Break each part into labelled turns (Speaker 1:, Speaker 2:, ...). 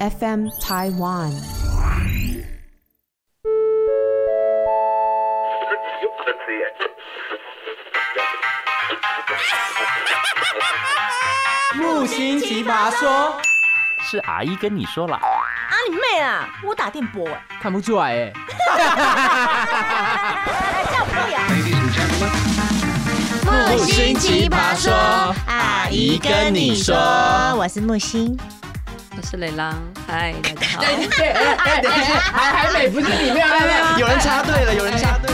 Speaker 1: FM Taiwan。
Speaker 2: Let's see it.
Speaker 3: 木星奇葩说，
Speaker 4: 是阿姨跟你说了，
Speaker 5: 啊你妹啊！我打电波哎、
Speaker 3: 看不出来哎。
Speaker 5: 欸，叫屁啊！
Speaker 3: 木星奇葩说阿姨跟你说
Speaker 5: 我是木星。
Speaker 6: 我是蕾拉，嗨，大家好。
Speaker 3: 对，哎哎，等一下，还还美不是你没有没有没有，有人插队了，有人插队。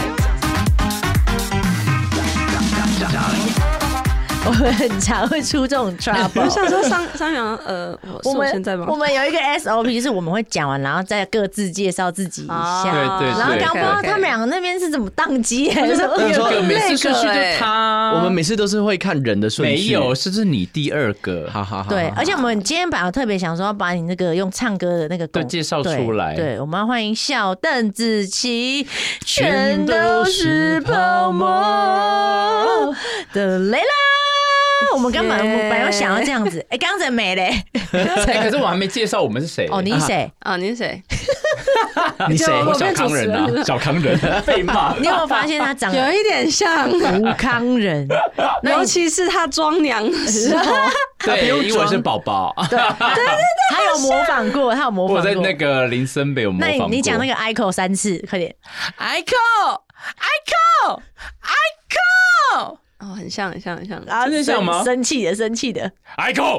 Speaker 5: 我们很常会出这种
Speaker 6: 我
Speaker 5: trouble。
Speaker 6: 想说商商阳，呃，我是我现在吗？
Speaker 5: 我们有一个 SOP 是我们会讲完，然后再各自介绍自己一下。
Speaker 6: 哦
Speaker 4: 对对
Speaker 5: 然后刚刚不知道
Speaker 6: OK，OK
Speaker 5: 他们两个那边是怎么宕机，欸还是什么
Speaker 3: 我说
Speaker 6: 有
Speaker 3: 每次顺序
Speaker 6: 那个哎
Speaker 3: 就他，
Speaker 7: 我们每次都是会看人的顺
Speaker 4: 嗯没
Speaker 7: 序，
Speaker 4: 有，是这是你第二个。
Speaker 7: 好好好，
Speaker 5: 对，而且我们今天本来特别想说要把你那个用唱歌的那个
Speaker 4: 对
Speaker 5: 功
Speaker 4: 介绍出来
Speaker 5: 对，对我们要欢迎小邓紫棋，全都是泡沫的雷啦。我们根本
Speaker 6: 谢谢
Speaker 5: 我们没有想要这样子，哎，刚才没嘞。
Speaker 4: 哎可是我还没介绍我们是谁。
Speaker 5: 哦，你是 谁？
Speaker 6: 啊，你是谁？
Speaker 7: 你谁？
Speaker 6: 我
Speaker 4: 小
Speaker 6: 变主
Speaker 4: 康
Speaker 6: 持
Speaker 4: 人啊，
Speaker 6: 人。
Speaker 4: 小康人 被骂。
Speaker 5: 你有没有发现他长
Speaker 6: 有
Speaker 5: 得
Speaker 6: 一点像，
Speaker 5: 吴康人？
Speaker 6: 尤其是他装娘的时候，
Speaker 4: 对，因为我是宝宝，
Speaker 5: 他有模仿过，他有模仿
Speaker 4: 我
Speaker 5: 过。
Speaker 4: 在那个林森北有模
Speaker 5: 那
Speaker 4: 仿
Speaker 5: 你
Speaker 4: 过。
Speaker 5: 你讲那个 ICO 三次，快点！
Speaker 6: 哦，很像，很像，很像。
Speaker 5: 啊
Speaker 3: 真的像吗
Speaker 5: 生生气的，生气的，
Speaker 4: Ico，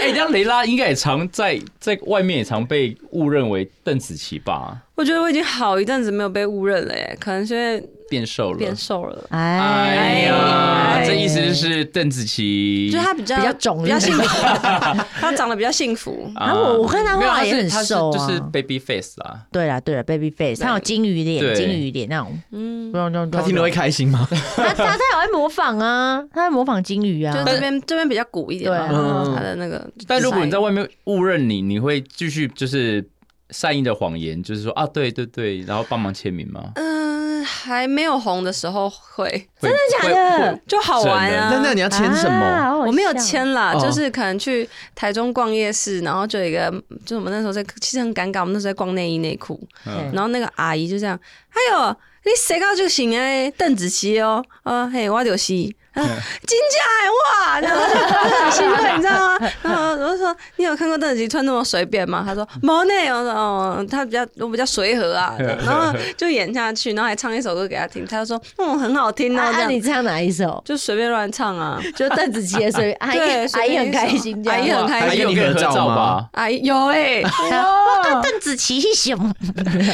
Speaker 4: 哎，这样雷拉应该也常在在外面也常被误认为邓紫棋吧？
Speaker 6: 我觉得我已经好一阵子没有被误认了，耶，可能是因为
Speaker 4: 变瘦了
Speaker 6: 变。瘦了，
Speaker 4: 哎呀，
Speaker 6: 哎
Speaker 4: 这意思就是邓紫棋
Speaker 6: 就，他比较
Speaker 5: 比较肿
Speaker 6: 比较
Speaker 5: 是
Speaker 6: 幸
Speaker 5: 不
Speaker 6: 福
Speaker 5: 是，
Speaker 6: 他长得比较幸福。
Speaker 4: 啊
Speaker 5: 我我看他后来也很
Speaker 4: 没有他是
Speaker 5: 瘦啊
Speaker 4: 他是就是 baby face 啦。
Speaker 5: 对啦对啦，baby face，他有金鱼脸，
Speaker 4: 对
Speaker 5: 金鱼脸那种，
Speaker 6: 嗯，
Speaker 5: 嗯，
Speaker 7: 他听了会开心吗？
Speaker 5: 他他他有在模仿啊，他在模仿金鱼啊
Speaker 6: 就，这边这边比较鼓一点嘛，
Speaker 5: 对
Speaker 6: 然后他的那个。
Speaker 4: 但如果你在外面误认你，你会继续就是善意的谎言，就是说啊，对对对，然后帮忙签名吗？
Speaker 6: 嗯，还没有红的时候会，
Speaker 4: 真的
Speaker 5: 真的假的？
Speaker 6: 就好玩啊。
Speaker 7: 那那你要签什么？
Speaker 5: 啊
Speaker 6: 我没有，签啦，
Speaker 7: 哦
Speaker 6: 就是可能去台中逛夜市，然后就有一个，就我们那时候在，其实很尴尬，我们那时候在逛内衣内裤，
Speaker 5: 嗯
Speaker 6: 然后那个阿姨就这样，哎呦，你谁搞就行哎，邓紫棋哦，啊嘿，我就是。啊，金价哇，然后就很兴奋，你知道吗？然后我就说：“你有看过邓紫棋穿那么随便吗？”她说：“没呢。”我说：“哦，她比较我比较随和啊。”然后就演下去，然后还唱一首歌给她听，她就说：“嗯，很好听
Speaker 5: 那、
Speaker 6: 哦。”
Speaker 5: 啊
Speaker 6: 这
Speaker 5: 啊、你
Speaker 6: 样
Speaker 5: 唱哪一首？
Speaker 6: 就随便乱唱啊。
Speaker 5: 就邓紫棋的随便，阿姨
Speaker 6: 对
Speaker 5: 阿
Speaker 6: 随
Speaker 5: 姨
Speaker 6: 便
Speaker 5: 很
Speaker 6: 一首
Speaker 5: 开心这样，
Speaker 6: 阿姨很
Speaker 4: 还
Speaker 6: 开心
Speaker 7: 还
Speaker 4: 有
Speaker 7: 有
Speaker 4: 跟
Speaker 7: 跟
Speaker 4: 合
Speaker 7: 合
Speaker 4: 照
Speaker 7: 照
Speaker 4: 吗
Speaker 7: 吗？
Speaker 6: 哎，有哎、
Speaker 5: 哇，邓紫棋是什么？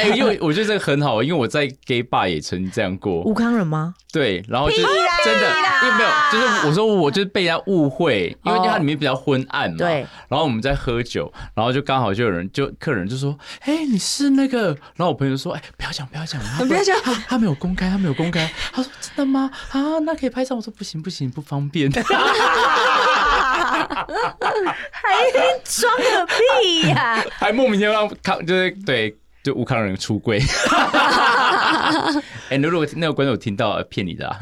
Speaker 4: 哎，因为我觉得这个很好，因为我在 gay bar 也曾这样过，
Speaker 5: 吴康人吗？
Speaker 4: 对，然后就真的，因为没有，就是我说我就是被人家误会，因为
Speaker 5: 哦
Speaker 4: 它里面比较昏暗嘛，
Speaker 5: 对，
Speaker 4: 然后我们在喝酒，然后就刚好就有人就客人就说，哎，你是那个，然后我朋友就说，哎，不要讲，不要讲，他
Speaker 6: 不要讲
Speaker 4: 他他没有公开，他没有公开，他说真的吗？啊，那可以拍照？我说不行不行，不方便。
Speaker 5: 装个屁呀、
Speaker 4: 还莫名其妙让康就是对，就吴康仁出柜。哎、如果那个观众有听到，呃骗你的、啊。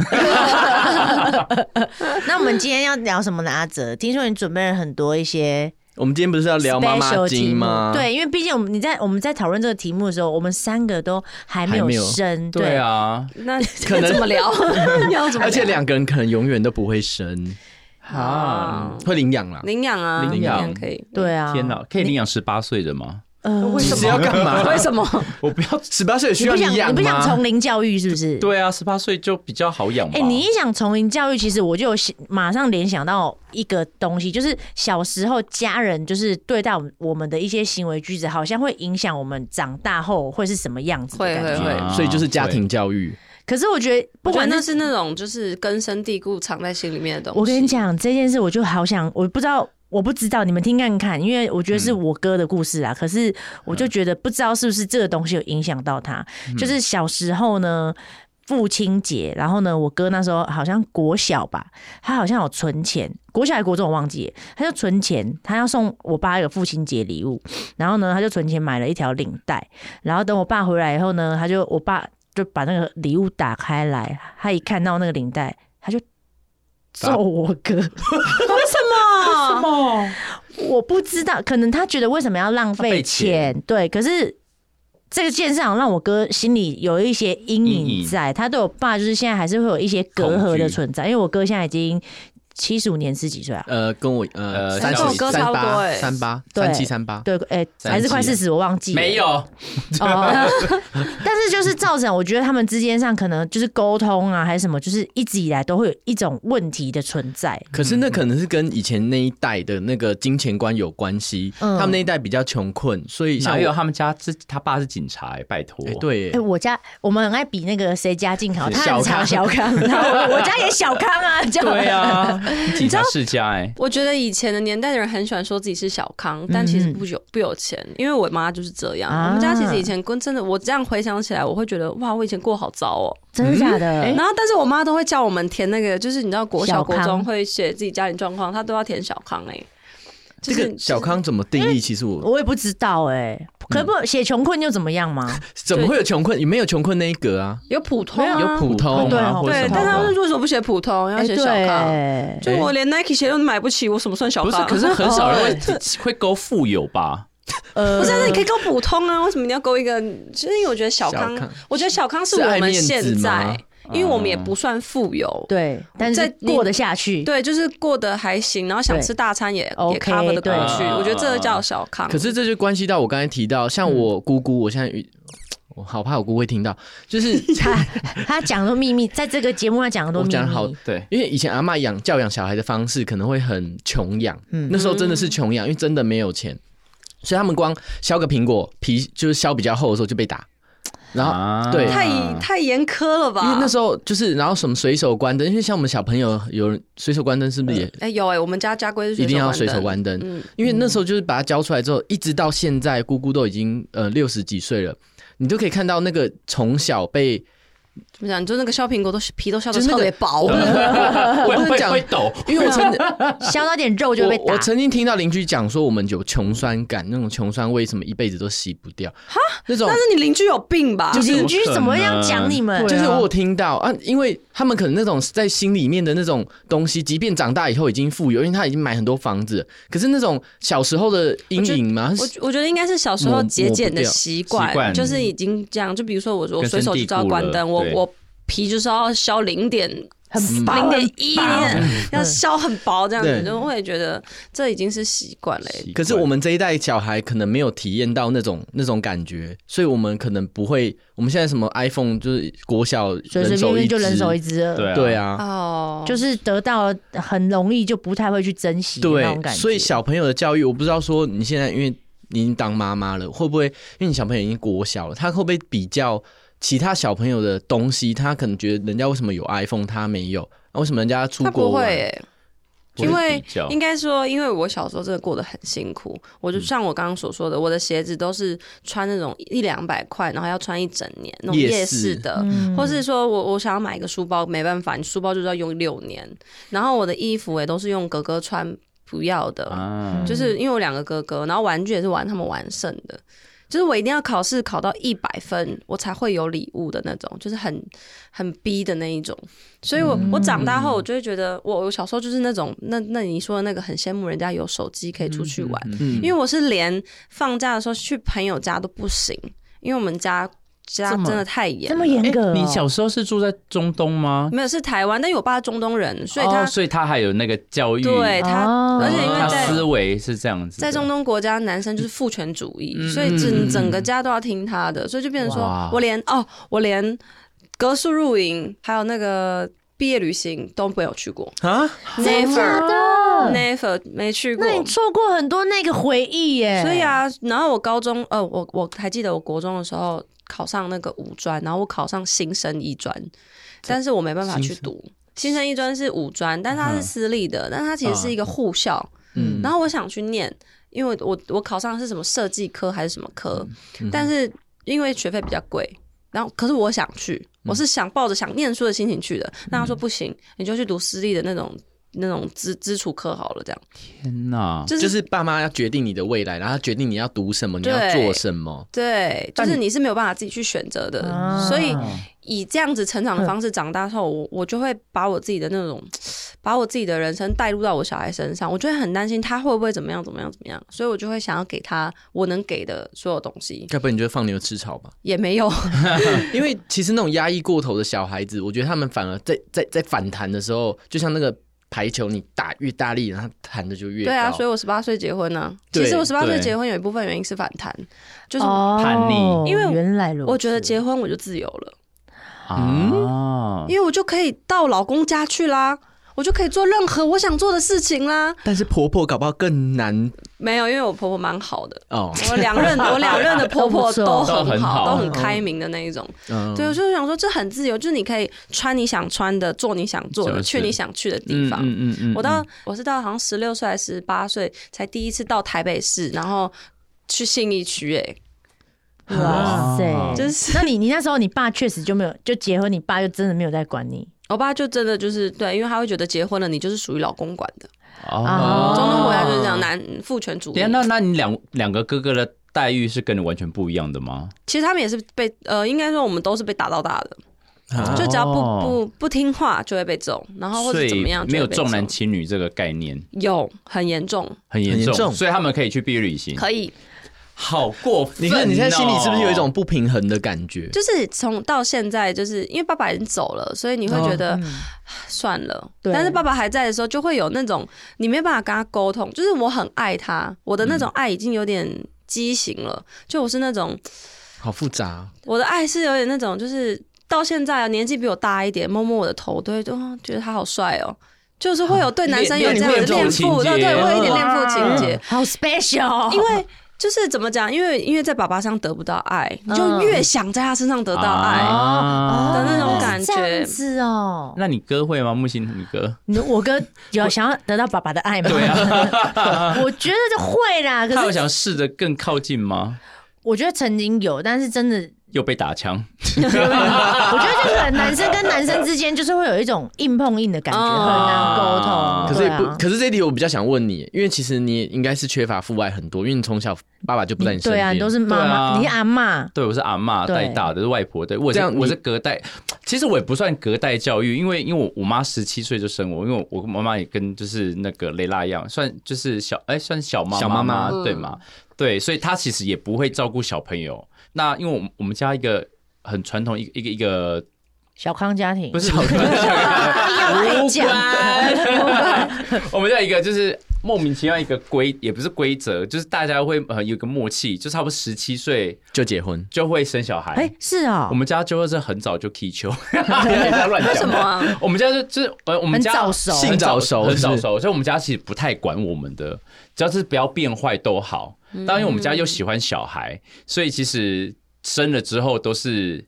Speaker 5: 那我们今天要聊什么呢？阿哲，听说你准备了很多一些
Speaker 7: 我们今天不是要聊妈妈
Speaker 5: special 题
Speaker 7: 经
Speaker 5: 目
Speaker 7: 吗？，
Speaker 5: 啊对，因为毕竟我们你在我们在讨论这个题目的时候，我们三个都还没
Speaker 7: 还
Speaker 5: 有
Speaker 7: 没有
Speaker 5: 生，
Speaker 4: 对啊，
Speaker 6: 那
Speaker 7: 可能
Speaker 6: 要怎 么聊？要怎么聊？
Speaker 7: 而且两个人可能永远都不会生，
Speaker 4: 啊，
Speaker 7: 会领养啦。
Speaker 6: 领养啊，
Speaker 4: 领养
Speaker 6: 可以。
Speaker 5: 对啊，
Speaker 4: 天哪，可以领养十八岁的吗？
Speaker 5: 呃，为
Speaker 7: 你是要干嘛？
Speaker 6: 为什么？
Speaker 4: 我不要。
Speaker 7: 十八岁需
Speaker 5: 你
Speaker 7: 要
Speaker 5: 不想
Speaker 7: 养
Speaker 5: 你不想
Speaker 7: 吗
Speaker 5: 从？零教育是不是？。
Speaker 4: 对啊，十八岁就比较好养吧。
Speaker 5: 哎、你一想从零教育，其实我就有想马上联想到一个东西，就是小时候家人就是对待我们我们的一些行为举止，好像会影响我们长大后会是什么样子的
Speaker 6: 会
Speaker 5: 感觉。
Speaker 6: 会
Speaker 4: 啊
Speaker 7: 所以就是家庭教育，
Speaker 5: 可是我觉得，不
Speaker 6: 不管
Speaker 5: 管
Speaker 6: 那
Speaker 5: 那
Speaker 6: 是那种就是根深蒂固藏在心里面的东西。
Speaker 5: 我跟你，讲这件事，我就好想，我不知道，我不知道你们听看看，因为我觉得
Speaker 6: 嗯
Speaker 5: 是我哥的故事啊。可是我就觉得不知道是不是这个东西有影响到他，
Speaker 6: 嗯
Speaker 5: 就是小时候呢。父亲节，然后呢，我哥那时候好像国小吧，他好像有存钱，国小还是国中我忘记了，他就存钱，他要送我爸一个父亲节礼物，然后呢，他就存钱买了一条领带，然后等我爸回来以后呢，他就我爸就把那个礼物打开来，他一看到那个领带，他就揍我哥，为什
Speaker 6: 么？
Speaker 8: 哦，
Speaker 5: 我不知道，可能他觉得为什么要浪
Speaker 4: 浪费
Speaker 5: 费
Speaker 4: 钱
Speaker 5: 钱？对，可是这个件事好像让我哥心里有一些阴
Speaker 4: 阴
Speaker 5: 影
Speaker 4: 影
Speaker 5: 在，他对我爸就是现在还是会有一些隔阂的存在，因为我哥现在已经七十五年是几岁啊？
Speaker 7: 呃，跟我
Speaker 4: 呃
Speaker 7: 呃三
Speaker 4: 跟我
Speaker 7: 十
Speaker 6: 哥差
Speaker 7: 三
Speaker 6: 不多
Speaker 7: 八
Speaker 6: 欸
Speaker 7: 三八
Speaker 5: 对
Speaker 7: 三七啊三八，
Speaker 5: 对，哎、
Speaker 4: 37
Speaker 5: 还是快四十，我忘记了
Speaker 4: 没有，
Speaker 5: 哦， 但是就是造成我觉得他们之间上可能就是沟通啊，还是什么，就是一直以来都会有一种问题的存在。
Speaker 7: 可是那可能是跟以前那一代的那个金钱观有关系，
Speaker 5: 嗯
Speaker 7: 他们那一代比较穷困，所以像
Speaker 4: 哪有
Speaker 7: 我，
Speaker 4: 他们家是他爸是警察、欸，拜托、
Speaker 7: 哎，，对
Speaker 5: 哎、，我家我们很爱比那个谁家静好，
Speaker 7: 是
Speaker 5: 他很常
Speaker 7: 小
Speaker 5: 小康，然后我我家也小康啊，这样
Speaker 4: 对啊， 警察世家、哎，
Speaker 6: 我觉得以前的年代的人很喜欢说自己是小康，
Speaker 5: 嗯
Speaker 6: 但其实不有不有钱，因为我妈就是这样。
Speaker 5: 啊
Speaker 6: 我们家其实以前跟真的，我这样回想起来，我会觉得哇，我以前过好糟哦。
Speaker 5: 真的假
Speaker 7: 嗯
Speaker 5: 的？
Speaker 6: 然后，但是我妈都会叫我们填那个，就是你知道国小
Speaker 5: 哎小
Speaker 6: 国
Speaker 5: 康
Speaker 6: 中会写自己家庭状况，她都要填小康哎、就
Speaker 7: 这
Speaker 6: 是哎
Speaker 7: 个小康怎么定义？其实我
Speaker 5: 我也不知道哎、可不写穷困又怎么样嘛？
Speaker 7: 怎么会有穷困？也没有穷困那一格啊，
Speaker 6: 有普通、啊，
Speaker 7: 有普
Speaker 4: 普
Speaker 7: 通
Speaker 5: 通
Speaker 7: 啊，
Speaker 5: 啊
Speaker 7: 或者
Speaker 6: 对
Speaker 7: 什，
Speaker 6: 但他
Speaker 7: 么
Speaker 6: 们
Speaker 7: 的。
Speaker 6: 为什么不写普通，要
Speaker 5: 哎
Speaker 6: 写小康？
Speaker 7: 哎
Speaker 5: 对
Speaker 6: 就我连 Nike 鞋都买不起，我什么算小
Speaker 4: 不是，
Speaker 6: 康？
Speaker 4: 可是很少人会 会勾富有吧？
Speaker 5: 呃
Speaker 6: 不是啊，那你可以勾普通啊，为什么你要勾一个？就是因为我觉得小康，
Speaker 7: 小康
Speaker 6: 我觉得小康是
Speaker 7: 是
Speaker 6: 我
Speaker 7: 爱
Speaker 6: 们
Speaker 7: 面子
Speaker 6: 现在
Speaker 7: 吗，
Speaker 6: 因为我们也不算富有，
Speaker 5: 嗯对，但是
Speaker 6: 在你
Speaker 5: 过得下去。
Speaker 6: 对，就是过得还行，然后想吃大餐也也
Speaker 5: OK，
Speaker 6: cover 的过
Speaker 5: 对
Speaker 6: 去，我觉得这叫小康。
Speaker 7: 可是这就关系到我刚才提到，像
Speaker 6: 嗯
Speaker 7: 我姑姑，我现在我好怕我姑姑会听到， 就是
Speaker 5: 他他讲的秘密，在这个节目上讲的都
Speaker 7: 我
Speaker 5: 秘密。
Speaker 7: 讲好
Speaker 4: 对，
Speaker 7: 因为以前阿嬷养教养小孩的方式可能会很穷养，
Speaker 5: 嗯
Speaker 7: 那时候真的是穷养，因为真的没有钱，所以他们光削个苹果皮就是削比较厚的时候就被打，然后、
Speaker 4: 啊
Speaker 7: 对
Speaker 6: 太太严苛了吧？
Speaker 7: 嗯因为那时候就是然后什么随手关灯，因为像我们小朋友有人随手关灯是不是也、
Speaker 6: 哎有哎，我们家家规是
Speaker 7: 一定要
Speaker 6: 随
Speaker 7: 随手关灯？
Speaker 6: 嗯，
Speaker 7: 因为那时候就是把它教出来之后，一直到现在，姑姑都已经呃六十几岁了，你都可以看到那个从小被
Speaker 6: 怎么讲？就那个削苹果都是皮都削的
Speaker 7: 就是那
Speaker 6: 特
Speaker 7: 个
Speaker 6: 别 薄，
Speaker 4: 会
Speaker 7: 不能
Speaker 4: 会
Speaker 7: 讲
Speaker 4: 会抖，
Speaker 7: 因为我真的
Speaker 5: 削到点肉就会被
Speaker 7: 我。
Speaker 5: 打
Speaker 7: 我。曾经听到邻居讲说，我们有穷酸感，那种穷酸为什么一辈子都洗不掉？哈，那种
Speaker 6: 但是你邻居有病吧？
Speaker 7: 就是
Speaker 5: 邻居怎么会啊这样讲你们？
Speaker 7: 就是我有听到啊，因为他们可能那种在心里面的那种东西，即便长大以后已经富有，因为他已经买很多房子了，可是那种小时候的阴影嘛，是
Speaker 6: 我我觉得应该是小时候
Speaker 7: 抹
Speaker 6: 节俭的
Speaker 7: 嗯抹不掉
Speaker 6: 习
Speaker 4: 习
Speaker 6: 惯，
Speaker 4: 惯
Speaker 6: 就是已经这样。就比如说我我
Speaker 4: 根
Speaker 6: 随
Speaker 4: 深
Speaker 6: 手就
Speaker 4: 蒂
Speaker 6: 知道
Speaker 4: 固
Speaker 6: 关
Speaker 4: 了
Speaker 6: 灯，我
Speaker 4: 对
Speaker 6: 我皮就是要削零点
Speaker 5: 很
Speaker 6: 零
Speaker 5: 薄
Speaker 6: 点一，要削很薄这样子，
Speaker 7: 嗯对
Speaker 6: 就会觉得这已经是习惯了。
Speaker 4: 习惯
Speaker 7: 可是我们这一代小孩可能没有体验到那种那种感觉，所以我们可能不会。我们现在什么 iPhone 就是国小
Speaker 5: 随随
Speaker 7: 人
Speaker 5: 便
Speaker 7: 手一
Speaker 5: 便就人手一
Speaker 7: 只，
Speaker 5: 只了。
Speaker 4: 对啊
Speaker 7: 对啊，
Speaker 6: 哦，
Speaker 5: 就是得到很容易就不太会去珍惜的那种感觉。
Speaker 7: 所以小朋友的教育，我不知道说你现在因为你已经当妈妈了，会不会因为你小朋友已经国小了，他会不会比较其他小朋友的东西？他可能觉得人家为什么有 iPhone 他没有，啊为什么人家出
Speaker 6: 他
Speaker 7: 国
Speaker 6: 不会
Speaker 7: 玩
Speaker 6: 欸，
Speaker 4: 不会
Speaker 6: 因为
Speaker 4: 比较
Speaker 6: 应该说，因为我小时候真的过得很辛苦，我就像我刚刚所说的，我的鞋子都是穿那种一两百块，然后要穿一整年那种
Speaker 7: 夜市
Speaker 6: 夜市的，
Speaker 5: 嗯
Speaker 6: 或是说我我想要买一个书包，没办法，你书包就是要用六年。然后我的衣服也都是用哥哥穿不要的，
Speaker 4: 啊，
Speaker 6: 就是因为我两个哥哥，然后玩具也是玩他们玩剩的。就是我一定要考试考到一百分，我才会有礼物的那种，就是很很逼的那一种。所以我，我、
Speaker 4: 嗯
Speaker 6: 长大后，我就会觉得，我我小时候就是那种，那那你说的那个很羡慕人家有手机可以出去玩，
Speaker 4: 嗯
Speaker 7: 嗯
Speaker 6: 因为我是连放假的时候去朋友家都不行，因为我们家家
Speaker 4: 这么
Speaker 6: 真的太严了，
Speaker 5: 这么严格哦、
Speaker 4: 哎你小时候是住在中东吗？
Speaker 6: 没有是台湾，但因为我爸是中东人，所以他、
Speaker 4: 哦所以他还有那个教育，
Speaker 6: 对他，
Speaker 5: 哦
Speaker 6: 而且因为
Speaker 4: 他
Speaker 6: 在
Speaker 4: 思维是这样子的，
Speaker 6: 在中东国家，男生就是父权主义，
Speaker 4: 嗯
Speaker 6: 所以
Speaker 7: 嗯
Speaker 6: 整
Speaker 7: 嗯
Speaker 6: 整个家都要听他的，所以就变成说
Speaker 4: 哇，
Speaker 6: 我连哦，我连格数露营，还有那个毕业旅行都没有去过
Speaker 7: 啊？
Speaker 6: ，never
Speaker 5: 的
Speaker 6: never 没去过
Speaker 5: 那。你错过很多那个回忆耶。
Speaker 6: 所以，啊，然后我高中，呃，我我还记得我国中的时候考上那个五专，然后我考上新生一专，但是我没办法去读。新生一专是五专，但它是私立的，但它其实是一个护校。
Speaker 7: 嗯，
Speaker 6: 然后我想去念，因为我我我考上的是什么设计科还是什么科，但是因为学费比较贵，然后可是嗯我想去，我是想抱着想念书的心情去的。那他说不行，你就去读私立的那种那种基基础课好了，这样
Speaker 4: 天哪！
Speaker 6: 哦就是、
Speaker 7: 就是爸妈要决定你的未来，然后他决定你要读什么，你要
Speaker 6: 对
Speaker 7: 做什么。
Speaker 6: 对，就是你是没有办法自己去选择的，
Speaker 5: 啊
Speaker 6: 所以以这样子成长的方式长大之后，我我就会把我自己的那种，把我自己的人生带入到我小孩身上，我就会很担心他会不会怎么样怎么样怎么样，所以我就会想要给他我能给的所有东西，
Speaker 7: 该不会你就会放牛吃草吧？
Speaker 6: 也没有，
Speaker 7: 因为其实那种压抑过头的小孩子，我觉得他们反而在在在反弹的时候，就像那个排球，你打越大力，然后弹的就越高。
Speaker 6: 对啊，所以我十八岁结婚呢、
Speaker 7: 对
Speaker 6: 其实我十八岁
Speaker 4: 对
Speaker 6: 结婚有一部分原因是反弹，就是
Speaker 5: 哦
Speaker 4: 叛逆
Speaker 6: 因为我
Speaker 5: 原来如此
Speaker 6: 我觉得结婚我就自由了，
Speaker 4: 啊，
Speaker 6: 嗯因为我就可以到老公家去啦，我就可以做任何我想做的事情啦。
Speaker 7: 但是婆婆搞不好更难
Speaker 6: 没有，因为我婆婆蛮好的，
Speaker 7: 哦。
Speaker 6: 我两任我两任的婆婆
Speaker 5: 都
Speaker 6: 都
Speaker 5: 不
Speaker 4: 错
Speaker 6: 很
Speaker 4: 都很好
Speaker 6: 好，都很开明的那一种。
Speaker 7: 嗯，
Speaker 5: 啊
Speaker 6: 对，我就想说这很自由，就是你可以穿你想穿的，做你想做
Speaker 4: 就
Speaker 6: 的，
Speaker 4: 是
Speaker 6: 去你想去的地
Speaker 4: 嗯
Speaker 6: 方。
Speaker 4: 嗯嗯嗯，
Speaker 6: 我到我是到好像十六岁还是十八岁才第一次到台北市，然后去信义区、哎，
Speaker 5: 哇塞，
Speaker 6: 啊就是
Speaker 5: 那你你那时候你爸确实就没有就结婚，你爸就真的没有在管你
Speaker 6: 我爸就真的就是对，因为他会觉得结婚了你就是属于老公管的，
Speaker 5: 啊
Speaker 6: 中东国
Speaker 4: 呀
Speaker 6: 家就是这样，男父权主
Speaker 4: 等一
Speaker 6: 义
Speaker 4: 下，。哦那那你两两个哥哥的待遇是跟你完全不一样的吗？
Speaker 6: 其实他们也是被呃，应该说我们都是被打到大的，
Speaker 7: 啊
Speaker 6: 就只要不
Speaker 4: 哦
Speaker 6: 不不听话就会被揍，然哦后或
Speaker 4: 所
Speaker 6: 者怎
Speaker 4: 以
Speaker 6: 么样就
Speaker 4: 没有
Speaker 6: 会被
Speaker 4: 重男
Speaker 6: 揍
Speaker 4: 轻女这个概念，
Speaker 6: 有很严重，
Speaker 4: 很严
Speaker 7: 很严重
Speaker 4: 所以他们可以去毕业旅行，
Speaker 6: 可以
Speaker 4: 好过分哦。
Speaker 7: 你看你现在心里是不是有一种不平衡的感觉？
Speaker 6: 就是从到现在，就是因为爸爸已经走了，所以你会觉得、算了。
Speaker 5: 哦嗯对
Speaker 6: 但是爸爸还在的时候，就会有那种你没办法跟他沟通，就是我很爱他，我的那种爱已经有点畸形了，就我是那种
Speaker 7: 好复杂啊
Speaker 6: 我的爱是有点那种，就是到现在啊，年纪比我大一点，摸摸我的头，都会都觉得他好帅哦，就是会有对男生有这样的
Speaker 4: 恋恋
Speaker 6: 恋
Speaker 4: 父情
Speaker 6: 父，
Speaker 4: 节
Speaker 6: 对对，会有一点恋父情节
Speaker 5: 嗯，好 special，
Speaker 6: 因为。就是怎么讲？因为因为在爸爸上得不到爱，
Speaker 5: 嗯
Speaker 6: 你就越想在他身上得到爱。
Speaker 4: 啊
Speaker 6: 的那种感
Speaker 5: 是
Speaker 6: 觉
Speaker 5: 哦这样子哦。
Speaker 4: 那你哥会吗？木星，你哥
Speaker 5: 你我哥有想要得到爸爸的爱吗？对啊， 我觉得就会啦。
Speaker 4: 他有
Speaker 5: 可是
Speaker 4: 想试着更靠近吗？
Speaker 5: 我觉得曾经有，但是真的，
Speaker 4: 又被打枪，
Speaker 5: 我觉得就是可能男生跟男生之间就是会有一种硬碰硬的感觉，很
Speaker 6: 哦
Speaker 5: 难沟
Speaker 4: 啊
Speaker 5: 通。
Speaker 7: 可是也
Speaker 5: 对
Speaker 7: 不，
Speaker 5: 啊
Speaker 7: 可是这一题我比较想问你，因为其实你也应该是缺乏父爱很多，因为你从小爸爸就不在你身边。
Speaker 5: 对啊，你都是妈
Speaker 4: 对
Speaker 5: 妈，
Speaker 4: 啊
Speaker 5: 你是阿妈，
Speaker 4: 对我是阿嬷
Speaker 5: 对
Speaker 4: 带大的，是外婆对我也
Speaker 7: 这
Speaker 4: 是
Speaker 7: 样你
Speaker 4: 我是隔代，其实我也不算隔代教育，因为因为我我妈十七岁就生我，因为我我妈妈也跟就是那个蕾拉一样，算就是小哎、算小妈
Speaker 7: 小妈嗯妈
Speaker 4: 妈对吗？对，所以她其实也不会照顾小朋友。那因为我们我们家一个很传统一个一个一个
Speaker 5: 小康家庭
Speaker 4: 不 是小 朋
Speaker 5: 一定要
Speaker 6: 哎
Speaker 5: 配角，
Speaker 4: 我们在一个就是莫名其妙一个规，也不是规则，就是大家会呃有一个默契，就差不多十七岁
Speaker 7: 就结婚，
Speaker 4: 就会生小孩。
Speaker 5: 哎，是哦
Speaker 4: 我，们家就会是很早就踢 球，不要乱讲。
Speaker 6: 为什么啊？
Speaker 4: 我们家就就是呃，我们
Speaker 5: 很
Speaker 4: 家
Speaker 5: 早熟
Speaker 7: 性早熟
Speaker 4: 很
Speaker 7: 是
Speaker 4: 早
Speaker 7: 不是
Speaker 4: 熟，所以我们家其实不太管我们的，只要是不要变坏都好。
Speaker 5: 嗯
Speaker 4: 当然，我们家又喜欢小孩，所以其实生了之后都是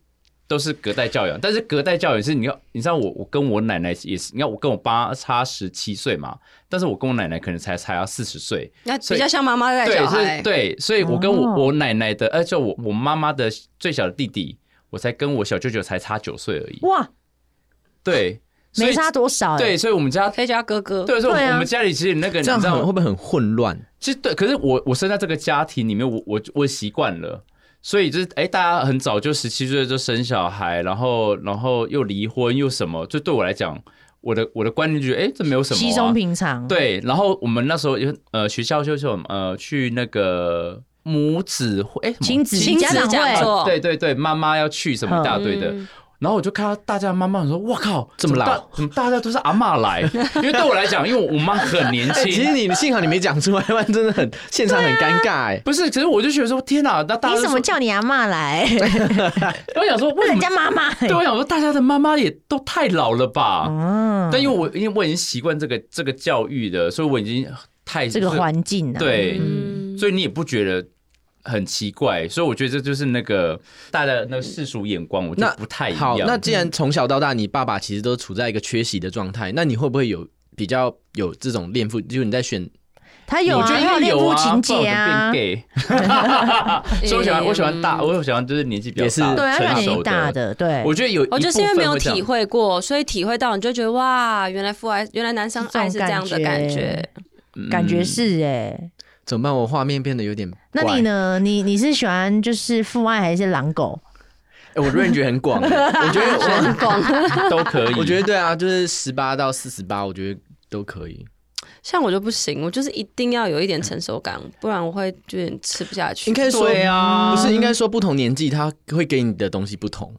Speaker 4: 都是隔代教养。但是隔代教养是你要，你知道我我跟我奶奶也是，你看我跟我爸差十七岁嘛，但是我跟我奶奶可能才才要四十岁，
Speaker 6: 那
Speaker 4: 所以
Speaker 6: 比较像妈妈带
Speaker 4: 对，
Speaker 6: 小
Speaker 4: 所
Speaker 6: 孩
Speaker 4: 以。对，所以我跟我、
Speaker 5: 哦
Speaker 4: 我奶奶的，呃，就我我妈妈的最小的弟弟，我才跟我小舅舅才差九岁而已。
Speaker 5: 哇，
Speaker 4: 对，所以
Speaker 5: 没差多少，哎
Speaker 4: 对，，所以我们家
Speaker 6: 可以叫他哥哥。
Speaker 4: 对，所以我
Speaker 5: 对啊
Speaker 4: 我们家里其实那个你
Speaker 7: 这
Speaker 4: 知
Speaker 7: 样很
Speaker 4: 道
Speaker 7: 会，不会很混乱？
Speaker 4: 其实对，可是我我生在这个家庭里面，我我我习惯了。所以就是，哎、大家很早就十七岁就生小孩，然后，然后又离婚又什么，就对我来讲，我的我的观念就觉得，哎、这没有什么、啊，
Speaker 5: 稀松平常，，
Speaker 4: 对，然后我们那时候有呃学校就是我们呃去那个母子会，哎、什么
Speaker 5: 亲子
Speaker 6: 亲
Speaker 5: 家长
Speaker 6: 子讲
Speaker 5: 会
Speaker 6: 座
Speaker 4: 啊对对对，妈妈要去什么一大堆的。
Speaker 6: 嗯
Speaker 4: 然后我就看到大家的妈妈我说：“哇靠，怎么
Speaker 7: 怎么
Speaker 4: 大怎么大家都是阿嬷来？因为对我来讲，因为我妈很年
Speaker 7: 哎其实
Speaker 4: 轻，
Speaker 7: 你幸好你没讲出来，不然真的很现场很尴尬哎、
Speaker 4: 不是。其实我就觉得说，天哪，那大家
Speaker 5: 你
Speaker 4: 都
Speaker 5: 怎
Speaker 4: 说
Speaker 5: 么？叫你阿妈来？
Speaker 4: 我想说，为什
Speaker 5: 人
Speaker 4: 么
Speaker 5: 家？妈妈，哎
Speaker 4: 对，我想说，大家的妈妈也都太老了吧？
Speaker 5: 嗯，
Speaker 4: 但因为我因为我已经习惯这个这个教育的，所以我已经太
Speaker 5: 这个环境啊，
Speaker 4: 对。
Speaker 6: 嗯，
Speaker 4: 所以你也不觉得很奇怪，所以我觉得这就是那个大家的那个世俗眼光，我觉
Speaker 7: 那
Speaker 4: 得不太一样。
Speaker 7: 好，那既然从小到大，你爸爸其实都处在一个缺席的状态，那你会不会有比较有这种恋父？就是你在选
Speaker 5: 他有
Speaker 4: 我
Speaker 5: 啊，
Speaker 4: 觉得应
Speaker 5: 他
Speaker 4: 该
Speaker 5: 恋
Speaker 4: 有
Speaker 5: 父
Speaker 4: 啊，
Speaker 5: 情
Speaker 4: 不
Speaker 5: 节
Speaker 4: 然
Speaker 5: 啊
Speaker 4: 我就，变 gay。所以我喜 欢，我喜欢大，
Speaker 6: 嗯
Speaker 4: 我喜欢就是年纪比较
Speaker 7: 也是
Speaker 4: 大
Speaker 5: 对啊，他
Speaker 4: 成
Speaker 5: 年
Speaker 4: 熟
Speaker 5: 纪
Speaker 4: 的。
Speaker 5: 大的，对，
Speaker 4: 我觉得有一部
Speaker 6: 哦，
Speaker 4: 分会这样，
Speaker 6: 就是因为没有体会过，所以体会到你就觉得哇，原来父爱，原来男生爱是这样的感
Speaker 5: 是这种
Speaker 6: 觉。
Speaker 4: 嗯，
Speaker 5: 感觉是哎、
Speaker 7: 怎么办？我画面变得有点怪……
Speaker 5: 那你呢？你你是喜欢就是父爱还是狼狗？
Speaker 7: 哎？我 range 很广，哎我觉得我
Speaker 4: 都可以。
Speaker 7: 我觉得对啊，就是十八到四十八，我觉得都可以。
Speaker 6: 像我就不行，我就是一定要有一点成熟感，不然我会有点吃不下去。
Speaker 7: 应该说
Speaker 4: 对啊
Speaker 7: 不是应该说不同年纪他会给你的东西不同，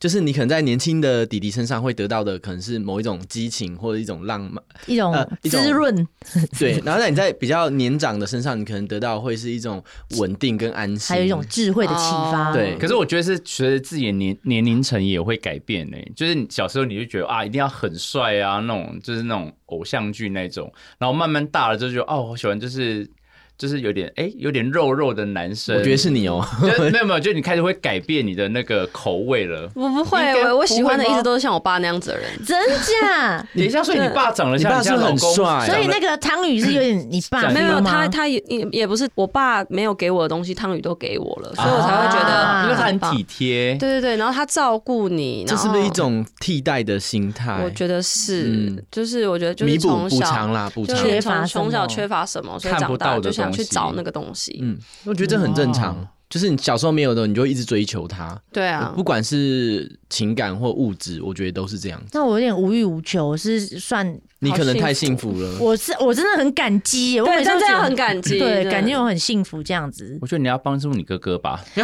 Speaker 7: 就是你可能在年轻的弟弟身上会得到的可能是某一种激情或者一种浪漫，
Speaker 5: 一种
Speaker 7: 呃一种
Speaker 5: 滋润，
Speaker 7: 对，然后在你在比较年长的身上，你可能得到会是一种稳定跟安心，
Speaker 5: 还有一种智慧的启发。
Speaker 6: 哦
Speaker 7: 对
Speaker 4: 可是我觉得是随着自己的年年龄层也会改变呢、就是你小时候你就觉得啊，一定要很帅啊，那种就是那种偶像剧那种，然后慢慢大了之后就觉得哦，我喜欢就是就是有点哎、有点肉肉的男生。
Speaker 7: 我觉得是你哦、
Speaker 4: 就是没有没有，就你开始会改变你的那个口味了。
Speaker 6: 我不
Speaker 4: 应该
Speaker 6: 会，
Speaker 4: 不会
Speaker 6: 我我喜欢的
Speaker 4: 吗
Speaker 6: 一直都是像我爸那样子的人。
Speaker 5: 真假？
Speaker 4: 等一下，所以你爸长得像
Speaker 7: 你爸是
Speaker 4: 像
Speaker 7: 不是很
Speaker 4: 老公
Speaker 7: 帅
Speaker 5: 所以那个汤宇是有点你爸
Speaker 7: 啊
Speaker 4: 讲
Speaker 6: 没有，
Speaker 5: 吗
Speaker 6: 他他也也也不是我爸没有给我的东西，汤宇都给我了，所以我才会觉
Speaker 5: 啊
Speaker 6: 得
Speaker 4: 因为他很
Speaker 6: 棒
Speaker 4: 体贴。
Speaker 6: 对对对，然后他照顾你，
Speaker 7: 这
Speaker 6: 然
Speaker 7: 是
Speaker 6: 后
Speaker 7: 不是一？种替代的心态？
Speaker 6: 我觉得是，
Speaker 7: 嗯
Speaker 6: 就是我觉得就是
Speaker 7: 弥补
Speaker 6: 从
Speaker 7: 补偿
Speaker 6: 小
Speaker 7: 啦，补
Speaker 6: 就
Speaker 7: 偿。
Speaker 6: 是
Speaker 5: 缺乏
Speaker 6: 从
Speaker 5: 什么
Speaker 6: 从小缺乏什么，所以
Speaker 4: 看
Speaker 6: 长
Speaker 4: 不
Speaker 6: 大
Speaker 4: 到的
Speaker 6: 就想去
Speaker 4: 东西
Speaker 6: 找那个东西。
Speaker 7: 嗯，我觉得这很正常
Speaker 4: 哇，
Speaker 7: 就是你小时候没有的，你就一直追求它，
Speaker 6: 哦对啊，
Speaker 7: 不管是情感或物质，我觉得都是这样。
Speaker 5: 那我有点无欲无求，是算
Speaker 7: 你可能太幸
Speaker 6: 幸
Speaker 7: 福了，
Speaker 5: 我是我真的很感激耶，我每
Speaker 6: 对，
Speaker 5: 次都
Speaker 6: 但这
Speaker 5: 觉
Speaker 6: 样
Speaker 5: 得
Speaker 6: 很感激，
Speaker 5: 对，感觉我很幸福这样子。
Speaker 4: 我觉得你要帮助你哥哥吧，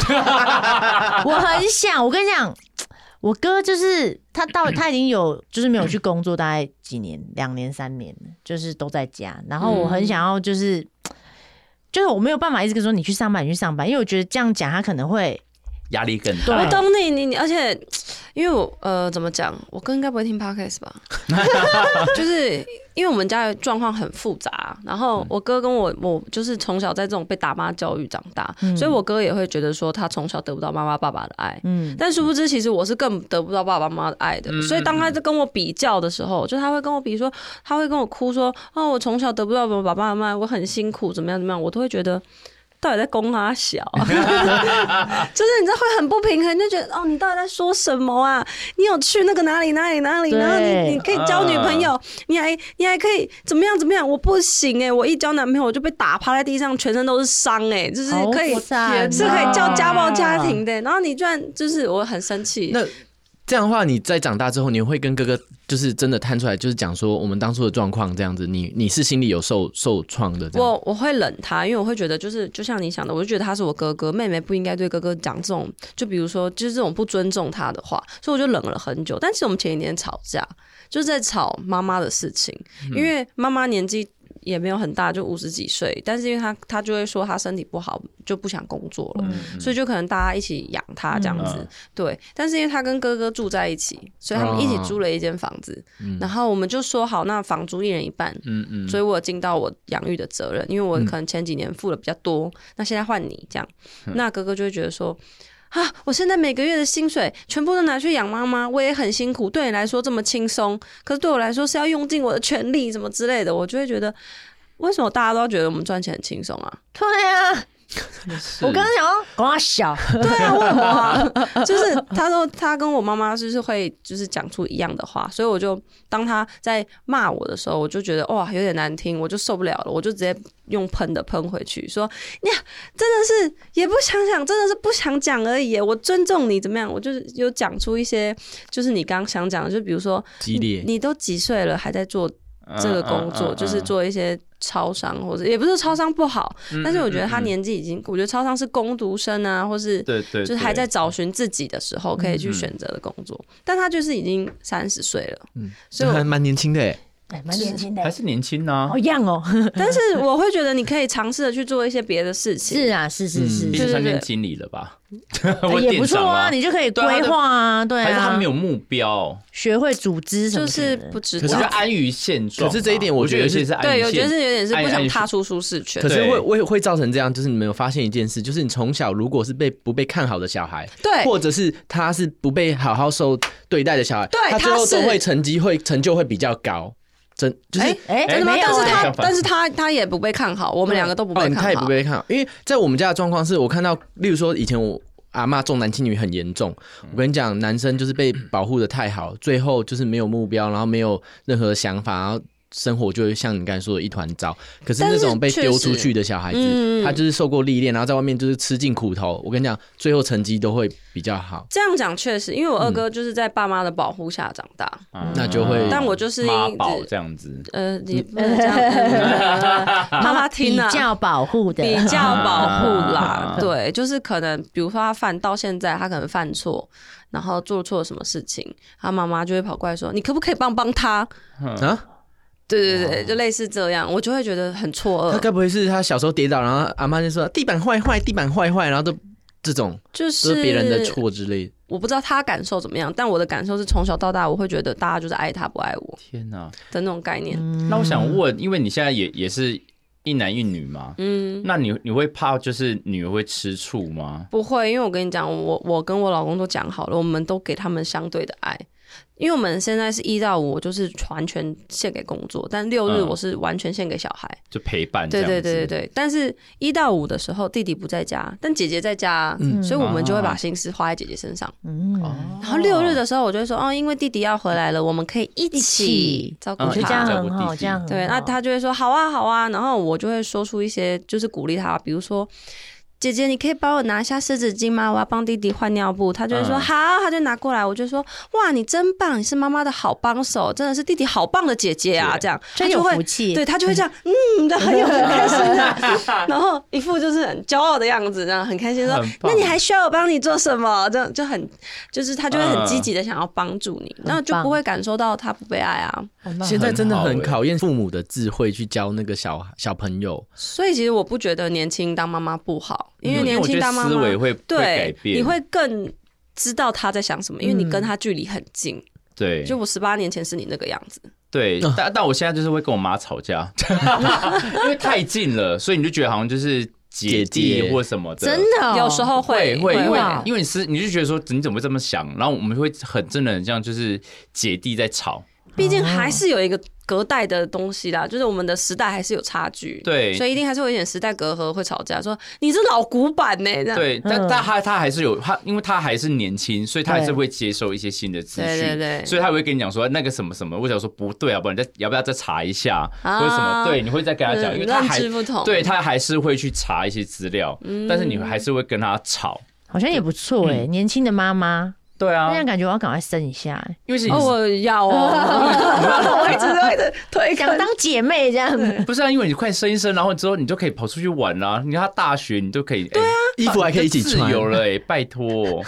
Speaker 5: 我很想，我跟你讲，我哥就是他到他已经有就是没有去工作，大概几年，两年三年了，就是都在家。然后我很想要就是。就是我没有办法一直跟说你去上班，你去上班，因为我觉得这样讲他可能会
Speaker 4: 压力更
Speaker 6: 我
Speaker 4: 大。
Speaker 6: 懂你，你你，而且因为我呃，怎么讲，我哥应该不会听 podcast 吧？就是因为我们家的状况很复杂，然后我哥跟我，我就是从小在这种被打骂教育长大，所以我哥也会觉得说他从小得不到妈妈爸爸的爱。
Speaker 5: 嗯，
Speaker 6: 但殊不知，其实我是更得不到爸爸妈妈的爱的。所以当他在跟我比较的时候，就他会跟我比说，他会跟我哭说：“哦，我从小得不到我爸爸妈妈爱，我很辛苦，怎么样怎么样。”我都会觉得。到底在攻他小、啊， 就是你知道会很不平衡，就觉得哦，你到底在说什么啊？你有去那个哪里哪里哪里，
Speaker 5: 对
Speaker 6: 然后你你可以交女朋友，你还你还可以怎么样怎么样？我不行哎、我一交男朋友我就被打趴在地上，全身都是伤哎、就是
Speaker 5: 好啊
Speaker 6: 可以
Speaker 5: 惨
Speaker 6: 是可以叫家暴家
Speaker 5: 啊
Speaker 6: 庭的。然后你居然就是我很生气，
Speaker 7: 那这样的话，你在长大之后，你会跟哥哥就是真的摊出来，就是讲说我们当初的状况这样子，你你是心里有受受创的这样。
Speaker 6: 我我会冷他，因为我会觉得就是就像你想的，我就觉得他是我哥哥，妹妹不应该对哥哥讲这种，就比如说就是这种不尊重他的话，所以我就冷了很久。但其实我们前几天吵架，就是在吵妈妈的事情，
Speaker 7: 嗯
Speaker 6: 因为妈妈年纪。也没有很大，就五十几岁，但是因为她她就会说她身体不好，就不想工作
Speaker 7: 嗯
Speaker 6: 了，所以就可能大家一起养她这样子。
Speaker 4: 嗯
Speaker 6: 对，但是因为她跟哥哥住在一起，所以他们一起
Speaker 7: 哦
Speaker 6: 租了一间房子，然后我们就说好，那房租一人一半，
Speaker 4: 嗯嗯，
Speaker 6: 所以我有尽到我养育的责任，因为我可能前几年付的比较多，那现在换你这样，
Speaker 4: 嗯
Speaker 6: 那哥哥就会觉得说。啊！我现在每个月的薪水全部都拿去养妈妈，我也很辛苦。对你来说这么轻松，可是对我来说是要用尽我的全力，什么之类的。我就会觉得，为什么大家都觉得我们赚钱很轻松啊？
Speaker 5: 对啊，
Speaker 4: 是
Speaker 5: 我刚刚想说光他小，
Speaker 6: 对啊，为什么啊？ 就是他说他跟我妈妈就是会就是讲出一样的话，所以我就当他在骂我的时候，我就觉得哇有点难听，我就受不了了，我就直接用喷的喷回去，说你真的是也不想想，真的是不想讲而已耶，我尊重你怎么样？我就是有讲出一些就是你刚刚想讲的，就比如说
Speaker 7: 激烈嗯
Speaker 6: 你都几岁了还在做
Speaker 4: 嗯
Speaker 6: 这个工作，就是做一些超商或者也不是超商不好，
Speaker 7: 嗯
Speaker 6: 但是我觉得他年纪已经，我觉得超商是工读生啊，或是
Speaker 4: 对对，
Speaker 6: 就是还在找寻自己的时候可以去选择的工作，但他就是已经三十岁了，所以
Speaker 7: 这还
Speaker 6: 我
Speaker 7: 蛮年轻的哎，
Speaker 5: 哎，蛮年轻的
Speaker 4: 还，是年轻呢、
Speaker 5: 好样哦。
Speaker 6: 但是我会觉得你可以尝试的去做一些别的事情，
Speaker 5: 是啊，是是是
Speaker 4: 毕竟
Speaker 6: 就是
Speaker 5: 是，
Speaker 4: 算变经理了吧？
Speaker 6: 哎
Speaker 4: 我
Speaker 5: 也不错啊，
Speaker 4: 店
Speaker 5: 你就可以
Speaker 4: 对啊
Speaker 5: 规划啊，对
Speaker 4: 长啊还是他
Speaker 5: 啊
Speaker 4: 没，有目标？
Speaker 5: 学会组织什
Speaker 6: 就
Speaker 5: 么
Speaker 6: 是
Speaker 5: 什么的
Speaker 6: 不知
Speaker 4: 我觉
Speaker 6: 道
Speaker 4: 得，安于现状吧。
Speaker 7: 可是这一点
Speaker 4: 我
Speaker 7: 我觉得
Speaker 4: 有
Speaker 7: 是
Speaker 4: 些是安于
Speaker 6: 对，
Speaker 4: 现
Speaker 6: 我觉得是有点是不
Speaker 4: 安
Speaker 6: 想
Speaker 4: 于
Speaker 6: 踏出舒适圈
Speaker 7: 可。是
Speaker 4: 对
Speaker 7: 会会会造成这样，就是你没有发现一件事，就是你从小如果是被不被看好的小孩，
Speaker 6: 对
Speaker 7: 或者是他是不被好好受对待的小孩，
Speaker 6: 对
Speaker 7: 他最后
Speaker 6: 他是
Speaker 7: 都会成绩会成就会比较高。真就是、
Speaker 6: 哎
Speaker 5: 哎，
Speaker 6: 真的吗？
Speaker 5: 没有
Speaker 6: 但是
Speaker 5: 哎
Speaker 6: 他
Speaker 4: 相反
Speaker 6: 但是他他也不被看好，我们两个都不被
Speaker 7: 哦，
Speaker 6: 看好。
Speaker 7: 他也不被看好，因为在我们家的状况是我看到，例如说以前我阿嬷重男轻女很严重，
Speaker 6: 嗯
Speaker 7: 我跟你讲，男生就是被保护的太好，最后就是没有目标，然后没有任何想法，然后。生活就会像你刚才说的一团糟，可是
Speaker 6: 但
Speaker 7: 那
Speaker 6: 是
Speaker 7: 种被
Speaker 6: 确
Speaker 7: 丢
Speaker 6: 实
Speaker 7: 出去的小孩
Speaker 6: 嗯
Speaker 7: 子，他就是受过历练，然后在外面就是吃尽苦头。我跟你讲，最后成绩都会比较好，
Speaker 6: 这样讲确实，因为我二哥就是在爸妈的保护下长大，
Speaker 7: 那就会
Speaker 6: 但我就是
Speaker 4: 啊妈
Speaker 6: 一直
Speaker 4: 宝这样子，
Speaker 6: 呃，你不能 这样，呃妈妈听啊
Speaker 5: 比。较保护的，
Speaker 6: 比较保护啦
Speaker 4: 啊，
Speaker 6: 对，就是可能，比如说他犯到现在，他可能犯错，然后做错了什么事情，他妈妈就会跑过来说：“你可不可以帮帮他
Speaker 7: 啊。？”
Speaker 6: 对对对，就类似这样，我就会觉得很错
Speaker 7: 他
Speaker 6: 愕，
Speaker 7: 该不会是他小时候跌倒，然后阿妈就说地板坏坏，地板坏坏，然后都这种
Speaker 6: 就
Speaker 7: 都
Speaker 6: 是
Speaker 7: 是别人的错之类的。
Speaker 6: 我不知道他感受怎么样，但我的感受是从小到大，我会觉得大家就是爱他不爱我
Speaker 4: 天哪！
Speaker 6: 的那种概念。
Speaker 4: 那我想问，因为你现在也也是一男一女嘛，
Speaker 6: 嗯，
Speaker 4: 那你你会怕就是女儿会吃醋吗？
Speaker 6: 不会，因为我跟你讲，我我跟我老公都讲好了，我们都给他们相对的爱。因为我们现在是一到五，就是完全献给工作，但六日
Speaker 4: 嗯
Speaker 6: 我是完全献给小孩。
Speaker 4: 就陪伴这
Speaker 6: 对
Speaker 4: 样子？
Speaker 6: 对对对对。但是一到五的时候，弟弟不在家，但姐姐在家啊，所以我们就会把心思花在姐姐身上。
Speaker 4: 哦
Speaker 6: 然后六日的时候，我就会说，哦，因为弟弟要回来了，我们可以一
Speaker 5: 一
Speaker 6: 起
Speaker 5: 起哦
Speaker 6: 照顾
Speaker 4: 嗯
Speaker 5: 我觉得这
Speaker 6: 他
Speaker 5: 样。
Speaker 4: 在
Speaker 5: 很
Speaker 4: 我
Speaker 5: 好，
Speaker 4: 弟弟
Speaker 5: 这样嗯很好
Speaker 6: 对，那他就会说好啊好啊，然后我就会说出一些就是鼓励他，比如说。姐姐，你可以帮我拿一下湿纸巾吗？我要帮弟弟换尿布。他就会说、
Speaker 4: 嗯
Speaker 6: 好，他就拿过来。我就说哇，你真棒，你是妈妈的好帮手，真的是弟弟好棒的姐姐啊！这样他
Speaker 5: 真
Speaker 6: 就
Speaker 5: 有
Speaker 6: 会
Speaker 5: 福气，
Speaker 6: 对他就会这样，嗯，他很有很开心的，然后一副就是很骄傲的样子，这样很开心说
Speaker 4: 很：“棒
Speaker 6: 那你还需要我帮你做什么？”这样就很，就是他就会很
Speaker 4: 嗯
Speaker 6: 积极的想要帮助你，然后就不会感受到他不被爱啊。
Speaker 7: 现在真的很
Speaker 4: 很好欸
Speaker 7: 考验父母的智慧去教那个小小朋 友，
Speaker 6: 所以其实我不觉得年轻当妈妈不好，因为年
Speaker 4: 嗯我觉
Speaker 6: 轻
Speaker 4: 得
Speaker 6: 当妈
Speaker 4: 思
Speaker 6: 妈
Speaker 4: 维会会改
Speaker 6: 对
Speaker 4: 变，嗯
Speaker 6: 你会更知道他在想什么，因为你跟他距离很近。
Speaker 4: 对
Speaker 6: 就我十八年前是你那个样子，
Speaker 4: 对，
Speaker 7: 啊
Speaker 4: 但但我现在就是会跟我妈吵 架，因为太近了，所以你就觉得好像就是姐
Speaker 7: 姐
Speaker 4: 弟
Speaker 7: 姐
Speaker 4: 或什么的，
Speaker 5: 真的哦
Speaker 6: 有时候
Speaker 4: 会会，
Speaker 6: 会
Speaker 4: 因为
Speaker 5: 哇
Speaker 4: 因为你是你就觉得说你怎么会这么想，然后我们会很真的很像就是姐弟在吵，
Speaker 6: 毕竟还是有一个隔代的东西啦，就是我们的时代还是有差距，
Speaker 4: 对
Speaker 6: 所以一定还是会有一点时代隔阂，会吵架，说你是老古板呢、这样。
Speaker 4: 对，但
Speaker 5: 嗯
Speaker 4: 但他他还是有他，因为他还是年轻，所以他还是
Speaker 5: 对
Speaker 4: 会接受一些新的资讯，
Speaker 6: 对对对
Speaker 4: 所以他会跟你讲说那个什么什么，我想说不对啊，不然你再要不要再查一下，
Speaker 6: 啊
Speaker 4: 或者什么，对，你会再跟他讲，
Speaker 6: 嗯
Speaker 4: 因为他还
Speaker 6: 认知不同
Speaker 4: 对他还是会去查一些资料，但是你还是会跟他吵，
Speaker 5: 好像也不错哎，
Speaker 6: 嗯
Speaker 5: 年轻的妈妈，
Speaker 4: 对啊
Speaker 5: 那，样感觉我要赶快生一下欸，
Speaker 4: 因为是你
Speaker 6: 哦，我要 哦，我一直都一直推
Speaker 5: 想
Speaker 6: 坑。
Speaker 5: 当姐妹这样子，
Speaker 4: 不是啊，因为你快生一生，然后之后你就可以跑出去玩啦、你看他大学，你都可以对啊，
Speaker 7: 衣服还可以一起
Speaker 4: 自
Speaker 7: 穿。
Speaker 4: 由了哎、拜托，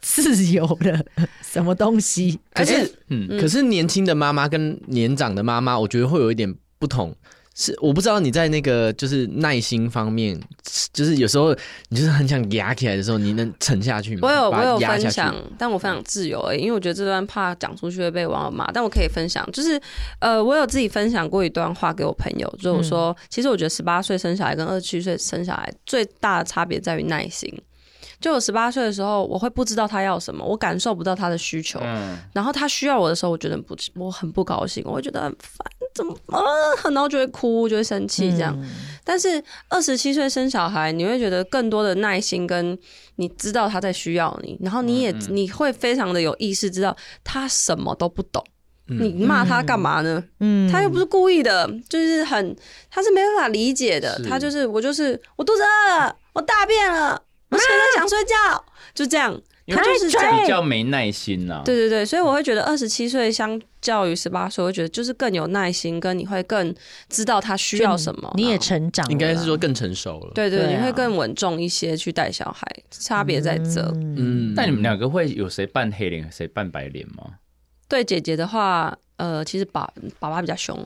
Speaker 5: 自由了， 什么东西？
Speaker 7: 可
Speaker 6: 哎
Speaker 7: 是，
Speaker 4: 嗯，
Speaker 7: 可是年轻的妈妈跟年长的妈妈，我觉得会有一点不同。是我不知道你在那个就是耐心方面，就是有时候你就是很想压起来的时候，你能沉下去吗？
Speaker 6: 我有
Speaker 7: 把
Speaker 6: 我
Speaker 7: 它
Speaker 6: 有
Speaker 7: 压
Speaker 6: 分
Speaker 7: 下去嗯
Speaker 6: 享，但我分享自由、欸，因为我觉得这段怕讲出去会被网友骂，但我可以分享，就是呃，我有自己分享过一段话给我朋友，
Speaker 7: 嗯
Speaker 6: 就是我说，其实我觉得十八岁生小孩跟二十七岁生小孩最大的差别在于耐心。就我十八岁的时候，我会不知道他要什么，我感受不到他的需求，
Speaker 4: 嗯
Speaker 6: 然后他需要我的时候，我觉得很不，我很不高兴，我会觉得很烦，怎么，啊、然后就会哭，就会生气这样。但是二十七岁生小孩，你会觉得更多的耐心，跟你知道他在需要你，然后你也、你会非常的有意识，知道他什么都不懂。你骂他干嘛呢？
Speaker 5: 嗯
Speaker 6: 他又不是故意的，就是很他是没办法理解的。
Speaker 4: 是
Speaker 6: 他就是我就是我肚子饿了，我大便了，我现在想睡觉，就这样。
Speaker 4: 因
Speaker 6: 他
Speaker 4: 为
Speaker 6: 就是这样。
Speaker 4: 比较没耐心啊呐、
Speaker 6: 对对对，所以我会觉得二十七岁相较于十八岁，我会觉得就是更有耐心，跟你会更知道他需要什么。啊
Speaker 5: 你也
Speaker 6: 然后
Speaker 5: 成长了啦，
Speaker 7: 应该是说更成熟了。，
Speaker 6: 对对，
Speaker 5: 对啊
Speaker 6: 你会更稳重一些去带小孩，差别在这。
Speaker 7: 嗯
Speaker 4: 那你们两个会有谁扮黑脸，谁扮白脸吗？
Speaker 6: 对姐姐的话，呃，其实爸爸爸比较凶，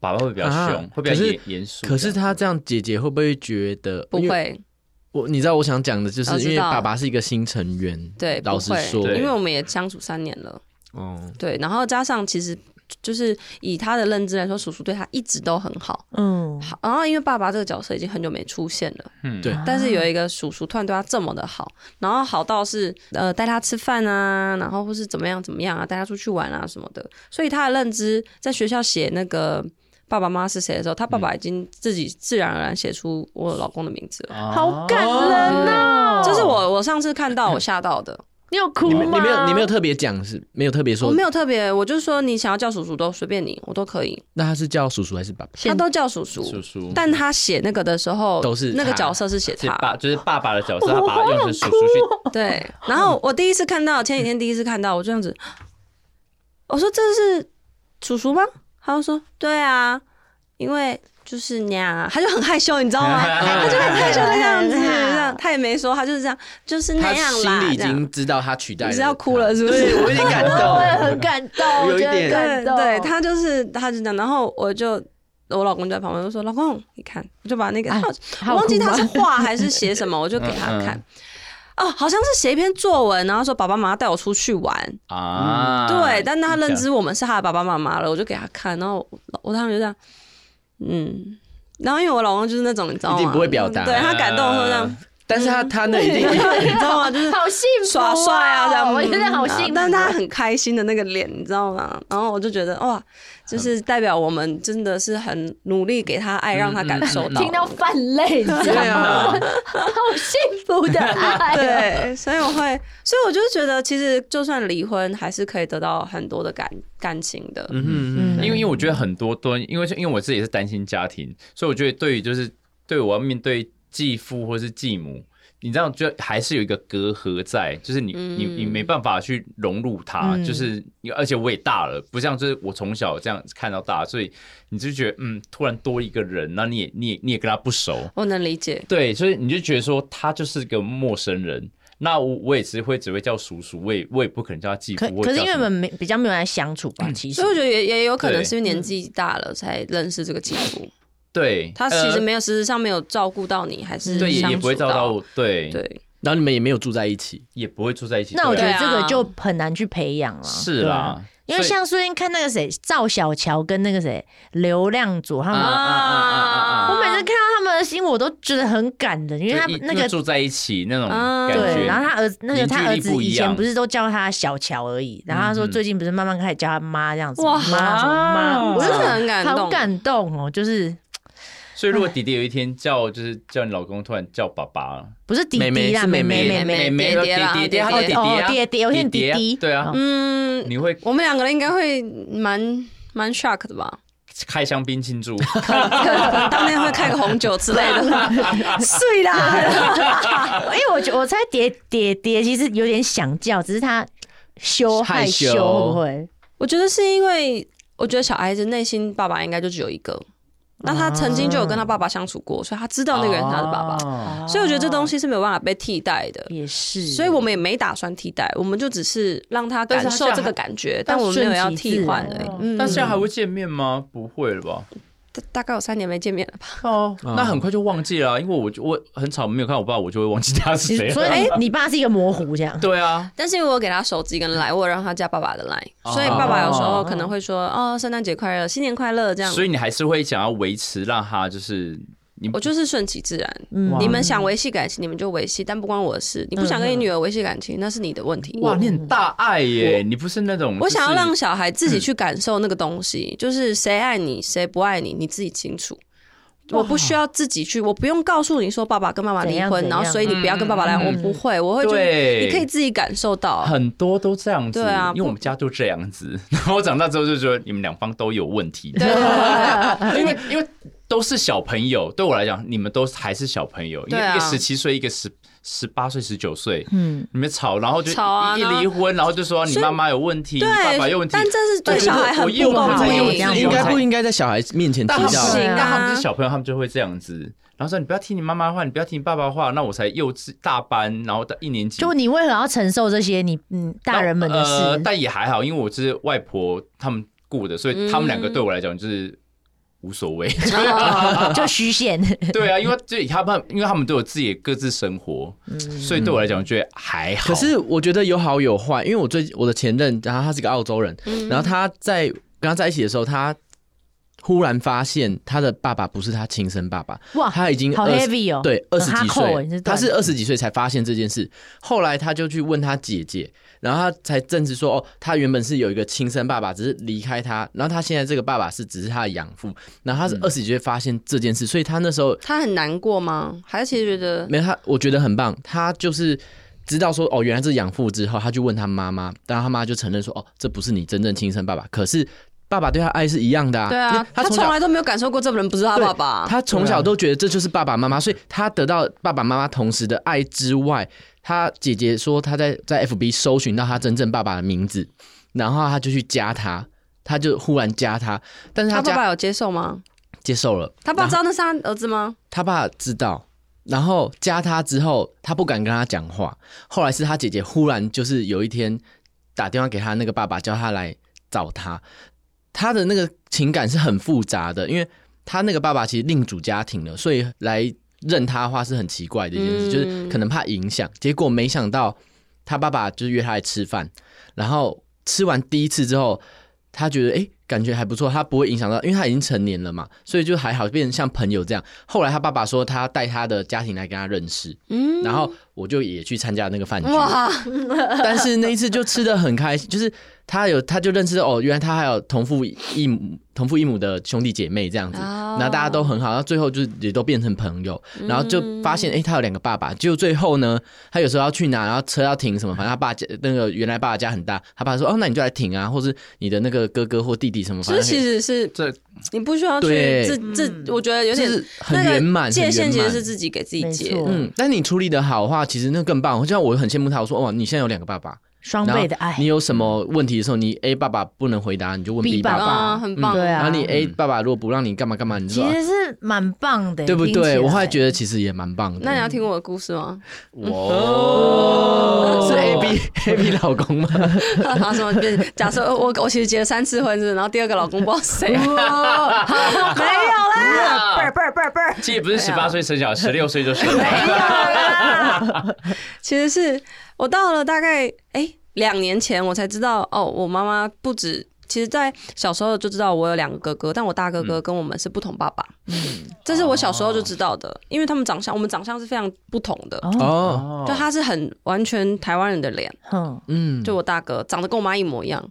Speaker 4: 爸爸会比较
Speaker 7: 啊
Speaker 4: 凶，会比
Speaker 7: 可
Speaker 4: 较
Speaker 7: 是
Speaker 4: 严严肃。
Speaker 7: 可是他这样，姐姐会不会觉得
Speaker 6: 不
Speaker 7: 因为
Speaker 6: 会
Speaker 7: 我你知道我想讲的就是
Speaker 6: 我，知道
Speaker 7: 因为爸爸是一个新成员，
Speaker 6: 对，
Speaker 7: 老
Speaker 6: 不
Speaker 7: 实
Speaker 6: 会，
Speaker 7: 说，
Speaker 4: 对
Speaker 6: 因为我们也相处三年了，
Speaker 7: 哦，
Speaker 6: 对，然后加上其实就是以他的认知来说，叔叔对他一直都很好。
Speaker 5: 嗯，
Speaker 6: 好，然后因为爸爸这个角色已经很久没出现了，
Speaker 4: 嗯，
Speaker 7: 对
Speaker 6: 但是有一个叔叔突然对他这么的好，然后好到是呃带他吃饭啊，然后或是怎么样怎么样啊，带他出去玩啊什么的。所以他的认知在学校写那个爸爸妈妈是谁的时候，他爸爸已经自己自然而然写出我老公的名字
Speaker 4: 啊
Speaker 6: 了。
Speaker 5: 好感人哦。
Speaker 6: 这是我我上次看到我吓到的，
Speaker 5: 你有哭
Speaker 7: 你
Speaker 5: 吗？
Speaker 7: 没你没有你没有特别讲是没有特别
Speaker 6: 我
Speaker 7: 说
Speaker 6: 没，有特别，我就说你想要叫叔叔都随便你，我都可以，
Speaker 7: 那他是叫叔叔还是爸爸？
Speaker 6: 他都叫叔叔。
Speaker 4: 叔叔，
Speaker 6: 但他写那个的时候，
Speaker 7: 都是
Speaker 6: 那个
Speaker 7: 他
Speaker 6: 角色是写
Speaker 4: 是
Speaker 6: 他，
Speaker 4: 爸就是爸爸的角色，他把他用成叔叔去，
Speaker 6: 对，然后我第一次看到，前几天第一次看到，我就这样子，我说这是叔叔吗？他就说对啊，因为就是那样啊，他就很害羞，你知道 吗？他就很害羞 的样子，这样他也没说，他就是这样，就是那
Speaker 7: 他
Speaker 6: 样
Speaker 7: 心
Speaker 6: 啦，
Speaker 7: 里已
Speaker 6: 这样
Speaker 7: 经知道他取代
Speaker 6: 你
Speaker 7: 了，
Speaker 6: 是要哭了，是不
Speaker 7: 对啊
Speaker 6: 是？
Speaker 7: 我有点感
Speaker 5: 我也
Speaker 7: 动。
Speaker 5: 很感动，
Speaker 7: 有一
Speaker 5: 我觉得
Speaker 7: 点
Speaker 5: 感
Speaker 6: 对
Speaker 5: 动。
Speaker 6: 对，他就是他就这样，然后我就。我老公就在旁边就说：“老公，你看，我就把那个，
Speaker 5: 哎他
Speaker 6: 他
Speaker 5: 有
Speaker 6: 我忘记
Speaker 5: 哭吗
Speaker 6: 他是画还是写什么，我就给
Speaker 7: 嗯
Speaker 6: 他看。哦，好像是写一篇作文，然后说爸爸妈妈带我出去玩，
Speaker 4: 啊，
Speaker 6: 嗯对，但他认知我们是他的爸爸妈妈了，我就给他看，然后我我他们就这样，嗯，然后因为我老公就是那种你知道吗？
Speaker 7: 一定不会表达
Speaker 6: 对他感动说这 样，
Speaker 7: 但是他他那一 定啊
Speaker 6: 你知道吗？就是
Speaker 5: 好幸福、哦，
Speaker 6: 耍帅啊这样，
Speaker 5: 我觉得
Speaker 6: 嗯
Speaker 5: 好幸福。
Speaker 6: 但是他很开心的那个脸，你知道吗？然后我就觉得哇，就是代表我们真的是很努力给他
Speaker 7: 嗯
Speaker 6: 爱，让他感受到。
Speaker 5: 听到泛泪，你 知道吗？
Speaker 6: 啊
Speaker 5: 好幸福的爱、哦。
Speaker 6: 对，所以我会，所以我就觉得，其实就算离婚，还是可以得到很多的感感情的。
Speaker 7: 嗯，
Speaker 4: 因为因为我觉得很多都因为因为我自己也是单亲家庭，所以我觉得对于就是对我要面对继父或是继母，你知道就还是有一个隔阂在，就是你、你你没办法去融入他，
Speaker 5: 嗯
Speaker 4: 就是你而且我也大了，不像就是我从小这样看到大，所以你就觉得嗯，突然多一个人，那你也你也你也跟他不熟，
Speaker 6: 我能理解，
Speaker 4: 对，所以你就觉得说他就是个陌生人。那我我也只会只会叫叔叔，我也我也不可能叫他继父
Speaker 5: 可
Speaker 4: 或
Speaker 5: 可
Speaker 4: 者叫什么。
Speaker 5: 是因为我们没比较没有来相处
Speaker 7: 嗯
Speaker 5: 吧，其实
Speaker 6: 所以我觉得也也有可能
Speaker 4: 对
Speaker 6: 是因为年纪大了才认识这个继父，
Speaker 4: 对
Speaker 6: 他其实
Speaker 4: 呃
Speaker 6: 没有实质上没有照顾到你，还是
Speaker 4: 对也
Speaker 6: 相
Speaker 4: 也
Speaker 6: 处
Speaker 4: 不会照到我，对
Speaker 6: 对，
Speaker 7: 然后你们也没有住在一起，
Speaker 4: 也不会住在一起。
Speaker 5: 那我觉
Speaker 4: 对啊
Speaker 5: 得这个就很难去培养了。
Speaker 4: 是
Speaker 5: 对
Speaker 4: 啦
Speaker 5: 啊，，因为
Speaker 4: 所以
Speaker 5: 像最近看那个谁赵小乔跟那个谁刘亮佐他们，
Speaker 4: 啊
Speaker 5: 我每次看到他们的新闻，我都觉得很感人，啊因为他
Speaker 4: 就一因
Speaker 5: 那
Speaker 4: 为
Speaker 5: 个嗯
Speaker 4: 住在一起那种
Speaker 6: 啊
Speaker 4: 感
Speaker 5: 对，然
Speaker 4: 觉，
Speaker 5: 后他儿子那个
Speaker 4: 凝聚
Speaker 5: 他儿
Speaker 4: 力
Speaker 5: 子
Speaker 4: 不一
Speaker 5: 以前
Speaker 4: 样
Speaker 5: 不是都叫他小乔而已，然后他说
Speaker 4: 嗯嗯
Speaker 5: 最近不是慢慢开始叫他妈这样子，
Speaker 6: 哇哦
Speaker 5: 妈什么妈，
Speaker 6: 我
Speaker 5: 我
Speaker 6: 真
Speaker 5: 就觉
Speaker 6: 的
Speaker 5: 得
Speaker 6: 很感
Speaker 5: 好
Speaker 6: 动。
Speaker 5: 感动哦，就是
Speaker 4: 所以如果弟弟有一天叫就是叫你老公突然叫爸爸，
Speaker 5: 不是弟
Speaker 7: 妹妹
Speaker 5: 弟啦，
Speaker 7: 是
Speaker 5: 妹
Speaker 7: 妹妹
Speaker 5: 妹妹
Speaker 4: 妹妹弟
Speaker 6: 爹爹啦
Speaker 4: 弟
Speaker 6: 爹
Speaker 4: 他叫
Speaker 6: 爹
Speaker 4: 弟啊
Speaker 5: 哦爹爹我听
Speaker 4: 弟啊
Speaker 5: 弟弟
Speaker 4: 对啊，
Speaker 6: 嗯，
Speaker 4: 你会
Speaker 6: 我们两个人应该会蛮蛮 shock 的吧？
Speaker 4: 开香槟庆祝，
Speaker 6: 当天会开个红酒之类 的，碎啦！
Speaker 5: 因为我觉我猜爹爹爹其实有点想叫，只是他羞
Speaker 7: 害
Speaker 5: 害羞
Speaker 7: 羞
Speaker 5: 会不会？
Speaker 6: 我觉得是因为我觉得小孩子内心爸爸应该就只有一个，那他曾经就有跟他爸爸相处过，所以他知道那个人是他的爸哦爸，
Speaker 4: 爸，
Speaker 6: 所以我觉得这东西是没有办法被替代的。
Speaker 5: 也是，
Speaker 6: 所以我们也没打算替代，我们就只是让他感受这个感觉，但
Speaker 5: 但是
Speaker 6: 我
Speaker 5: 他
Speaker 6: 们
Speaker 5: 现
Speaker 6: 没
Speaker 5: 在
Speaker 6: 有要替换而已
Speaker 5: 顺其自然。
Speaker 6: 嗯，
Speaker 4: 但现在还会见面吗？不会了吧？
Speaker 6: 大大概有三年没见面了吧？
Speaker 4: 哦，那很快就忘记了啊，因为我就我很少没有看我爸，我就会忘记他是谁
Speaker 5: 所
Speaker 4: 了。
Speaker 5: 以你你爸是一个模糊这样，
Speaker 4: 对啊，
Speaker 6: 但是因为我给他手机跟 line，我有让他加爸爸的 line，所以爸爸有时候可能会说哦，圣诞节快乐，新年快乐这样。
Speaker 4: 所以你还是会想要维持让他就是你
Speaker 6: 我就是顺其自然，
Speaker 5: 嗯
Speaker 6: 你们想维系感情，你们就维系，但不关我的事。你不想跟你女儿维系感情，那是你的问题。
Speaker 4: 哇，你很大爱耶，你不是那种
Speaker 6: 我想
Speaker 4: 就
Speaker 6: 要
Speaker 4: 是
Speaker 6: 让小孩自己去感受那个东西，就是谁爱你，谁不爱你，你自己清楚。我不需要自己去，我不用告诉你说爸爸跟妈妈离
Speaker 5: 怎样
Speaker 6: 婚，
Speaker 5: 怎样
Speaker 6: 然后所以你不要跟爸爸来往。我不会，我会觉得
Speaker 4: 对
Speaker 6: 你可以自己感受到。
Speaker 4: 很多都这样子，
Speaker 6: 对啊
Speaker 4: 因为我们家就这样子。 然后我长大之后就觉得你们两方都有问题，
Speaker 6: 对对对
Speaker 4: 因为因为都是小朋友，对我来讲，你们都还是小朋友，因
Speaker 6: 对
Speaker 4: 为
Speaker 6: 啊
Speaker 4: 一个十七岁，一个十十八岁、十九岁，
Speaker 5: 嗯，
Speaker 4: 你们吵，然后就
Speaker 6: 吵啊
Speaker 4: 一一
Speaker 6: 然后
Speaker 4: 离婚，然后就说你妈妈有问题，你爸爸有问题
Speaker 6: 对，但，这是对
Speaker 4: 我觉
Speaker 6: 小
Speaker 4: 得
Speaker 6: 孩很
Speaker 4: 我
Speaker 6: 不
Speaker 4: 幼
Speaker 6: 公
Speaker 4: 稚
Speaker 5: 我
Speaker 6: 平。
Speaker 7: 应
Speaker 4: 幼稚，
Speaker 5: 幼稚
Speaker 7: 该
Speaker 4: 才
Speaker 7: 不应该在小孩面前
Speaker 4: 但
Speaker 7: 听
Speaker 4: 他
Speaker 5: 不
Speaker 4: 们
Speaker 7: 到
Speaker 5: 行？
Speaker 4: 但他
Speaker 6: 啊
Speaker 4: 们是小朋友，他们就会这样子。然后说你不要听你妈妈的话，你不要听你爸爸的话，那我才幼稚大班，然后到一年级
Speaker 5: 就你为何要承受这些你嗯大人们的
Speaker 4: 呃，
Speaker 5: 事？
Speaker 4: 但也还好，因为我是外婆他们雇的，所以他们两个对我来讲就是无所谓。
Speaker 5: 就 虚线，
Speaker 4: 对啊，因为就他们，因为他们都有自己的各自生活，所以对我来讲觉得还好。
Speaker 6: 嗯
Speaker 7: 可是我觉得有好有坏，因为我最我的前任，然后他是个澳洲人，然后他在跟他在一起的时候，他忽然发现他的爸爸不是他亲生爸爸，
Speaker 5: 哇，
Speaker 7: 他已经
Speaker 5: 好
Speaker 7: 20
Speaker 5: heavy 哦，
Speaker 7: 对，二十几
Speaker 5: 很 hardcore，你
Speaker 7: 岁，
Speaker 5: 是
Speaker 7: 他
Speaker 5: 断
Speaker 7: 是二十几岁才发现这件事。后来他就去问他姐姐，然后他才证实说，哦，他原本是有一个亲生爸爸，只是离开他，然后他现在这个爸爸是只是他的养父，然后
Speaker 5: 嗯
Speaker 7: 他是二十几岁发现这件事，所以他那时候
Speaker 6: 他很难过吗？还是其实觉得
Speaker 7: 没有他，我觉得很棒，他就是。知道说哦，原来这是养父之后，他去问他妈妈，但他妈就承认说哦，这不是你真正亲生爸爸。可是爸爸对他爱是一样的啊，
Speaker 6: 对啊
Speaker 7: 因为，
Speaker 6: 他
Speaker 7: 从
Speaker 6: 从
Speaker 7: 小
Speaker 6: 来都没有感受过这个人不是他
Speaker 7: 对
Speaker 6: 爸爸。
Speaker 7: 他从
Speaker 3: 对
Speaker 7: 小
Speaker 3: 啊
Speaker 7: 都觉得这就是爸爸妈妈，所以他得到爸爸妈妈同时的爱之外，他姐姐说他在在 FB 搜寻到他真正爸爸的名字，然后他就去加他，他就忽然加他，但是
Speaker 6: 他
Speaker 7: 加
Speaker 6: 爸爸有接受吗？
Speaker 7: 接受了，
Speaker 6: 他爸
Speaker 7: 然
Speaker 6: 知
Speaker 7: 后
Speaker 6: 道那是他儿子吗？
Speaker 7: 他爸知道。然后加他之后，他不敢跟他讲话。后来是他姐姐忽然就是有一天打电话给他那个爸爸，叫他来找他。他的那个情感是很复杂的，因为他那个爸爸其实另组家庭了，所以来认他的话是很奇怪的一件事，就是可能怕影响。结果没想到他爸爸就是约他来吃饭，然后吃完第一次之后，他觉得诶感觉还不错，他不会影响到，因为他已经成年了嘛，所以就还好，变成像朋友这样。后来他爸爸说他带他的家庭来跟他认识，嗯，然后我就也去参加那个饭局，
Speaker 6: 哇，
Speaker 7: 但是那一次就吃的很开心，就是他有他就认识到哦，原来他还有同父异母同父异母的兄弟姐妹这样子，
Speaker 6: 哦
Speaker 7: 然后大家都很好，然后最后就是也都变成朋友，然后就发
Speaker 6: 嗯
Speaker 7: 现哎、诶他有两个爸爸，结果最后呢，他有时候要去哪，然后车要停什么，反正他爸家那个原来爸爸家很大，他爸说哦，那你就来停啊，或是你的那个哥哥或弟弟什么，反
Speaker 6: 就是
Speaker 7: 正
Speaker 6: 其实是
Speaker 4: 这
Speaker 6: 你不需要去
Speaker 7: 对
Speaker 6: 自自，我觉得有点
Speaker 7: 就是很圆满，
Speaker 6: 那个界限
Speaker 7: 很
Speaker 6: 其
Speaker 7: 圆
Speaker 6: 实
Speaker 7: 满
Speaker 6: 是自己给自己
Speaker 5: 没
Speaker 6: 界
Speaker 5: 错
Speaker 6: 的。
Speaker 7: 嗯，但你处理的好的话，其实那更棒。就像我很羡慕他，我说哇，哦你现在有两个爸爸，
Speaker 5: 双
Speaker 7: 然后
Speaker 5: 倍的哎爱
Speaker 7: 你，有什么问题的时候，你 A 爸爸不能回答，你就问
Speaker 5: B
Speaker 7: 爸
Speaker 5: 爸爸
Speaker 6: 啊，很棒。
Speaker 5: 对啊
Speaker 7: 然后你 A 爸爸如果不让你干嘛干嘛，你就
Speaker 5: 其
Speaker 7: 说啊
Speaker 5: 实是蛮棒的，
Speaker 7: 对不
Speaker 5: 听起来
Speaker 7: 对？我后来觉得其实也蛮棒的。
Speaker 6: 那你要听我的故事吗？
Speaker 7: 是 A B A B 老公吗？
Speaker 6: 然后说，就是假设我我其实结了三次婚，是不是然后第二个老公不知道谁，啊没有啦，
Speaker 5: 倍儿倍儿倍儿倍儿，
Speaker 4: 这也不是十八岁生小孩，十六岁就生 了。
Speaker 6: 其实是我到了大概哎两年前，我才知道哦，我妈妈不止。其实，在小时候就知道我有两个哥哥，但我大哥哥跟我们是不同爸爸，
Speaker 5: 嗯
Speaker 6: 这是我小时候就知道的，因为他们长相，我们长相是非常不同的，
Speaker 5: 哦，
Speaker 7: 哦，
Speaker 6: 就他是很完全台湾人的脸，
Speaker 5: 哼
Speaker 7: 嗯，
Speaker 6: 就我大哥长得跟我妈一模一样，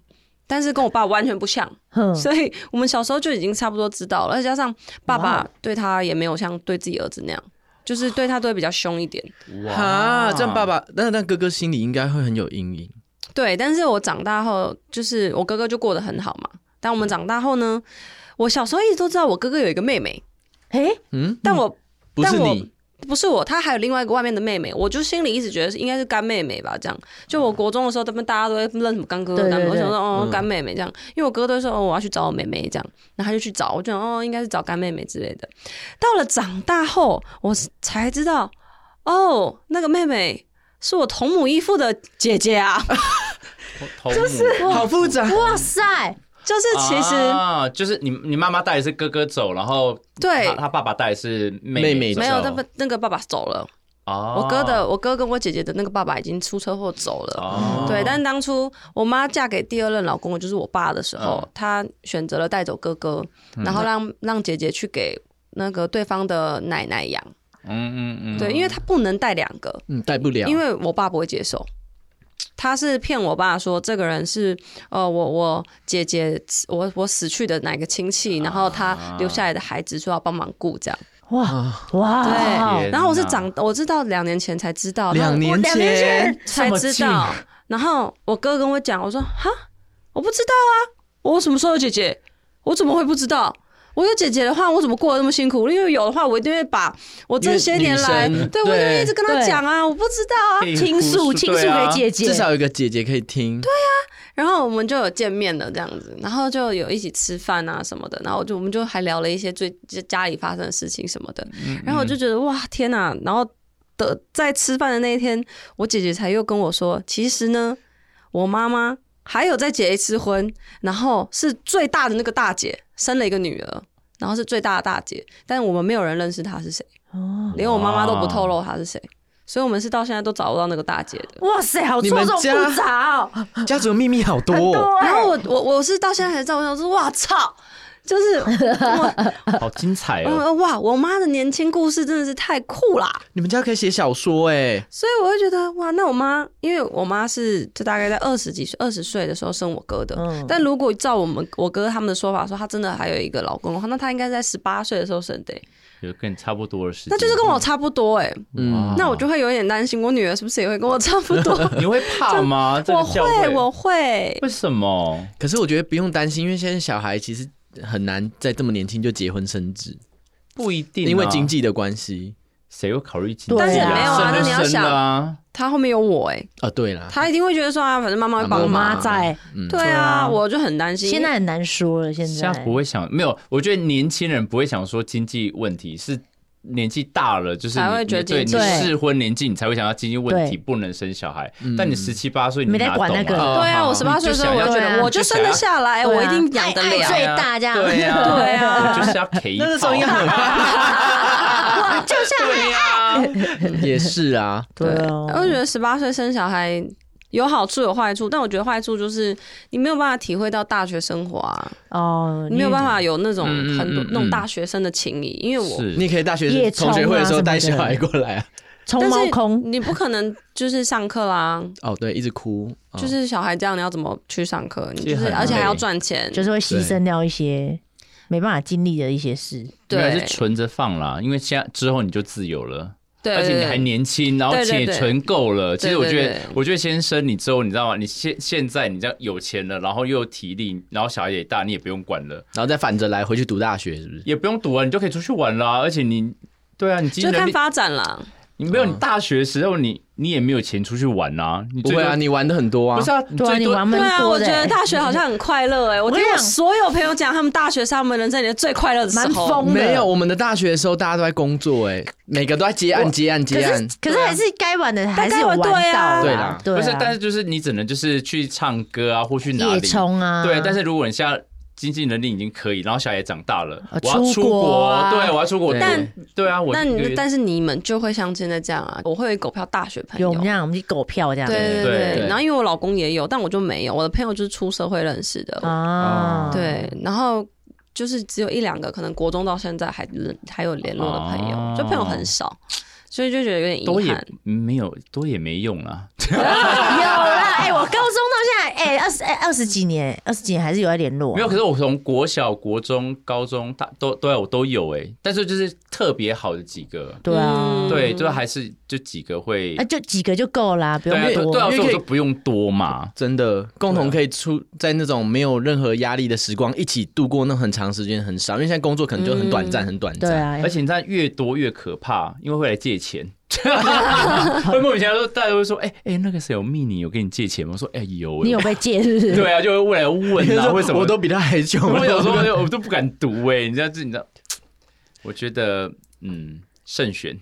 Speaker 6: 但是跟我爸完全不像，
Speaker 5: 哼，
Speaker 6: 所以我们小时候就已经差不多知道了，再加上爸
Speaker 5: 哇
Speaker 6: 爸对他也没有像对自己儿子那样，就是对他都会比较凶一点。
Speaker 7: 哈，这样爸爸，那那哥哥心里应该会很有阴影。
Speaker 6: 对，但是我长大后，就是我哥哥就过得很好嘛。但我们长大后呢，我小时候一直都知道我哥哥有一个妹妹，
Speaker 5: 哎，
Speaker 7: 嗯，
Speaker 6: 但我、
Speaker 7: 不是
Speaker 6: 但我
Speaker 7: 你，
Speaker 6: 不是我，他还有另外一个外面的妹妹，我就心里一直觉得是应该是干妹妹吧，这样。就我国中的时候，他们大家都会认什么干哥哥、
Speaker 5: 对对
Speaker 6: 干妹妹，我
Speaker 5: 对
Speaker 6: 想说哦
Speaker 7: 嗯
Speaker 6: 干妹妹这样，因为我哥都会说哦我要去找我妹妹这样，然后他就去找，我就想哦应该是找干妹妹之类的。到了长大后，我才知道哦那个妹妹是我同母异父的姐姐啊，
Speaker 4: 头就是
Speaker 7: 好复杂。
Speaker 5: 哇塞，
Speaker 6: 就是其实、
Speaker 4: 啊，就是你你妈妈带的是哥哥走，然后
Speaker 6: 对
Speaker 4: 他他爸爸带的是妹
Speaker 7: 妹妹
Speaker 4: 走
Speaker 6: 没有，那个那个爸爸走了，
Speaker 4: 哦，
Speaker 6: 我哥的我哥跟我姐姐的那个爸爸已经出车祸走了。
Speaker 4: 哦，
Speaker 6: 对，但当初我妈嫁给第二任老公，就是我爸的时候，
Speaker 4: 嗯
Speaker 6: 她选择了带走哥哥，然后让让姐姐去给那个对方的奶奶养。
Speaker 4: 嗯嗯嗯，
Speaker 6: 对，因为她不能带两个，
Speaker 7: 嗯，带不了，
Speaker 6: 因为我爸不会接受。他是骗我爸说这个人是呃我我姐姐我我死去的哪个亲戚，然后他留下来的孩子说要帮忙顾这样。
Speaker 5: 哇
Speaker 7: 啊
Speaker 5: 哇，
Speaker 4: 啊天
Speaker 6: 然后我是
Speaker 4: 哪
Speaker 6: 长，我知道两年前才知道，然后
Speaker 7: 两年前
Speaker 6: 才知道。
Speaker 7: 啊
Speaker 6: 然后我哥跟我讲，我说哈，我不知道啊，我什么时候有姐姐？我怎么会不知道？我有姐姐的话，我怎么过得那么辛苦？因为有的话，我一定会把我这些年来，
Speaker 7: 因为女生
Speaker 6: 对我就
Speaker 7: 对
Speaker 6: 一直跟他讲啊，我不知道啊。
Speaker 4: 可以
Speaker 5: 倾诉
Speaker 4: 哭
Speaker 5: 倾诉
Speaker 4: 对啊
Speaker 5: 给姐姐，
Speaker 7: 至少有一个姐姐可以听。对，
Speaker 6: 然后我们就有见面了这样子，然后就有一起吃饭啊什么的，然后我就我们就还聊了一些最就家里发生的事情什么的，然后我就觉得哇天哪、然后的在吃饭的那一天，我姐姐才又跟我说，其实呢，我妈妈还有再结一次婚，然后是最大的那个大姐生了一个女儿，然后是最大的大姐，但我们没有人认识她是谁，
Speaker 5: 哦
Speaker 6: 连我妈妈都不透露她是谁，所以我们是到现在都找不到那个大姐的。
Speaker 5: 哇塞，好
Speaker 7: 你
Speaker 5: 错
Speaker 7: 们
Speaker 5: 综
Speaker 7: 家
Speaker 5: 复杂哦，
Speaker 7: 家族的秘密好多、哦，
Speaker 6: 然后我我我是到现在还在，我想说，哇操！就是我
Speaker 4: 好精彩哦！
Speaker 6: 我哇，我妈的年轻故事真的是太酷啦！
Speaker 7: 嗯你们家可以写小说哎、
Speaker 6: 所以我会觉得哇，那我妈，因为我妈是就大概在二十几岁、二十岁的时候生我哥的。
Speaker 5: 嗯
Speaker 6: 但如果照我们我哥他们的说法说，她真的还有一个老公的话，那她应该在十八岁的时候生的欸、
Speaker 4: 有跟你差不多的事，
Speaker 6: 那就是跟我差不多哎、
Speaker 7: 哦
Speaker 4: 哇，
Speaker 6: 那我就会有点担心，我女儿是不是也会跟我差不多？
Speaker 4: 你会怕吗？这个
Speaker 6: 我
Speaker 4: 教
Speaker 6: 会，
Speaker 4: 会
Speaker 6: 我会。
Speaker 4: 为什么？
Speaker 7: 可是我觉得不用担心，因为现在小孩其实很难在这么年轻就结婚生子，
Speaker 4: 不一定啊，
Speaker 7: 因为经济的关系
Speaker 4: 谁会考虑经济？
Speaker 5: 但是没有啊
Speaker 4: 生就
Speaker 6: 那你要
Speaker 4: 生了啊，
Speaker 6: 她后面有我哎、
Speaker 7: 啊。对啦，
Speaker 6: 她一定会觉得说啊，反正妈妈会帮
Speaker 7: 妈
Speaker 5: 我
Speaker 6: 忙。
Speaker 5: 妈在，
Speaker 7: 嗯
Speaker 6: 对啊，我就很担心。
Speaker 5: 现在很难说了，现
Speaker 4: 现
Speaker 5: 在
Speaker 4: 在不会想，没有，我觉得年轻人不会想说经济问题是。年纪大了，就是
Speaker 6: 才
Speaker 4: 你
Speaker 6: 会
Speaker 4: 你
Speaker 6: 觉得
Speaker 4: 对你
Speaker 5: 经济
Speaker 4: 适婚年纪，你才会想到经济问题，
Speaker 5: 对
Speaker 4: 不能生小孩。但你十七八岁，你
Speaker 5: 没在
Speaker 4: 哪
Speaker 5: 管
Speaker 4: 懂
Speaker 5: 那个
Speaker 4: 啊
Speaker 6: 对啊，我十八
Speaker 4: 你就
Speaker 6: 岁的时候，我
Speaker 4: 想
Speaker 6: 就
Speaker 4: 要
Speaker 6: 觉
Speaker 5: 对啊
Speaker 6: 得我就生得下来，哎
Speaker 5: 对啊
Speaker 6: 我一定养得
Speaker 5: 爱
Speaker 6: 了。
Speaker 5: 最大这样
Speaker 4: 对呀、
Speaker 6: 对啊
Speaker 4: 我就是要 K 一炮。
Speaker 7: 那个时候应该很
Speaker 5: 我就是
Speaker 4: 对呀、
Speaker 7: 也是啊，
Speaker 5: 对
Speaker 6: 我就觉
Speaker 5: 哦，
Speaker 6: 得十八岁生小孩有好处有坏处，但我觉得坏处就是你没有办法体会到大学生活啊，
Speaker 5: 哦，
Speaker 6: 你没有办法有那种
Speaker 4: 嗯嗯嗯
Speaker 6: 很多
Speaker 4: 嗯嗯
Speaker 6: 那种大学生的情谊，因为我
Speaker 4: 是
Speaker 7: 你也可以大学
Speaker 5: 夜冲啊
Speaker 7: 同学会的时候带
Speaker 5: 什么
Speaker 7: 小
Speaker 5: 的
Speaker 7: 孩过来啊。
Speaker 5: 冲猫空，
Speaker 6: 你不可能就是上课啦，
Speaker 7: 哦，对，一直哭，哦
Speaker 6: 就是小孩这样，你要怎么去上课？你
Speaker 4: 其
Speaker 6: 就
Speaker 4: 实
Speaker 6: 是
Speaker 4: 很
Speaker 6: 而且还
Speaker 4: 累
Speaker 6: 要赚钱，
Speaker 5: 就是会牺牲掉一些没办法经历的一些事。
Speaker 4: 没有
Speaker 6: 对
Speaker 4: 是存着放啦，因为现在之后你就自由了，
Speaker 6: 对，
Speaker 4: 而且你还年轻，然后
Speaker 6: 对对
Speaker 4: 钱也
Speaker 6: 对
Speaker 4: 存够了。其实我觉
Speaker 6: 对
Speaker 4: 得
Speaker 6: 对对，
Speaker 4: 我觉得先生你之后，你知道吗？你现现在你这样有钱了，然后又有体力，然后小孩也大，你也不用管了，
Speaker 7: 然后再反着来回去读大学，是不是？
Speaker 4: 也不用啊读了，你就可以出去玩啦。而且你，对啊，你
Speaker 6: 对
Speaker 4: 经
Speaker 6: 就
Speaker 4: 济能
Speaker 6: 看啊
Speaker 4: 力，
Speaker 6: 发展啦。
Speaker 4: 你没有
Speaker 7: 嗯
Speaker 4: 你大学的时候你你也没有钱出去玩啊，你
Speaker 7: 不
Speaker 4: 最多
Speaker 7: 会啊，你玩的很多啊
Speaker 4: 不是。啊，你
Speaker 5: 对啊，
Speaker 4: 最
Speaker 5: 你
Speaker 4: 多
Speaker 5: 玩蛮
Speaker 6: 对啊，
Speaker 5: 多
Speaker 6: 我
Speaker 5: 的
Speaker 6: 觉
Speaker 5: 欸，
Speaker 6: 得 大学好像很快乐哎、我听
Speaker 5: 跟你
Speaker 6: 我
Speaker 5: 讲
Speaker 6: 所有朋友讲，他们大学是他们人生里面最快乐的时
Speaker 5: 蛮
Speaker 6: 候。
Speaker 5: 疯的。
Speaker 7: 没有，我们的大学的时候大家都在工作，哎，每个都在接案、接案、接
Speaker 5: 可
Speaker 7: 案啊
Speaker 5: 是。可是还是该玩的还是有玩到
Speaker 6: 但该玩
Speaker 5: 啦，
Speaker 7: 对啊
Speaker 5: 对啊，
Speaker 4: 不是，但是就是你只能就是去唱歌啊，或去哪
Speaker 5: 夜
Speaker 4: 里。
Speaker 5: 冲啊，
Speaker 4: 对，但是如果你现在经济能力已经可以，然后小孩也长大了，
Speaker 5: 呃
Speaker 4: 我要
Speaker 5: 出
Speaker 4: 出
Speaker 5: 国啊
Speaker 4: 对我要出国，
Speaker 7: 对
Speaker 4: 但对啊，我
Speaker 6: 那
Speaker 4: 有
Speaker 6: 你但是你们就会像现在这样啊，我会有狗票大学朋
Speaker 5: 有
Speaker 6: 友
Speaker 5: 我，们这样，我们去狗票这样
Speaker 6: 对
Speaker 4: 对
Speaker 6: 对对
Speaker 4: 对
Speaker 6: 然后因为我老公也有，但我就没有，我的朋友就是出社会认识的，
Speaker 5: 啊，
Speaker 6: 对，然后就是只有一两个，可能国中到现在还还有联络的朋友，
Speaker 4: 哦
Speaker 6: 就朋友很少，所以就觉得有点
Speaker 4: 多
Speaker 6: 遗憾
Speaker 4: 也。没有多也没用啊啦。
Speaker 5: 有啦，哎，我高中到现在，哎，二十哎二十几年，二十几年还是有在联络啊，
Speaker 4: 没有，可是我从国小、国中、高中、大都对啊我都有哎、但是就是特别好的几个，
Speaker 5: 对啊
Speaker 6: 嗯，
Speaker 4: 对，就还是就几个会
Speaker 5: 啊，，就几个就够啦，不
Speaker 4: 对啊，
Speaker 5: 用
Speaker 4: 对啊，
Speaker 5: 多。
Speaker 4: 所
Speaker 7: 因
Speaker 4: 以
Speaker 7: 为
Speaker 4: 我
Speaker 7: 可以
Speaker 4: 说不用多嘛。
Speaker 7: 真的，共同可以出在那种没有任何压力的时光，一起度过那很长时间很少，因为现在工作可能就很短暂，很短
Speaker 5: 对
Speaker 7: 暂。
Speaker 5: 啊，
Speaker 4: 而且你知道越多越可怕，因为会来借 钱。 会莫名其妙说，大家都会说，哎、哎、那个谁有密你，有跟你借钱吗？我说，哎、有、欸，
Speaker 5: 你有被借是不 是？
Speaker 4: 对啊，就会未来 问啊，为什么
Speaker 7: 我都比他还穷？
Speaker 4: 我有时候 我都不敢读哎、你知道这你知道，我觉得嗯慎选，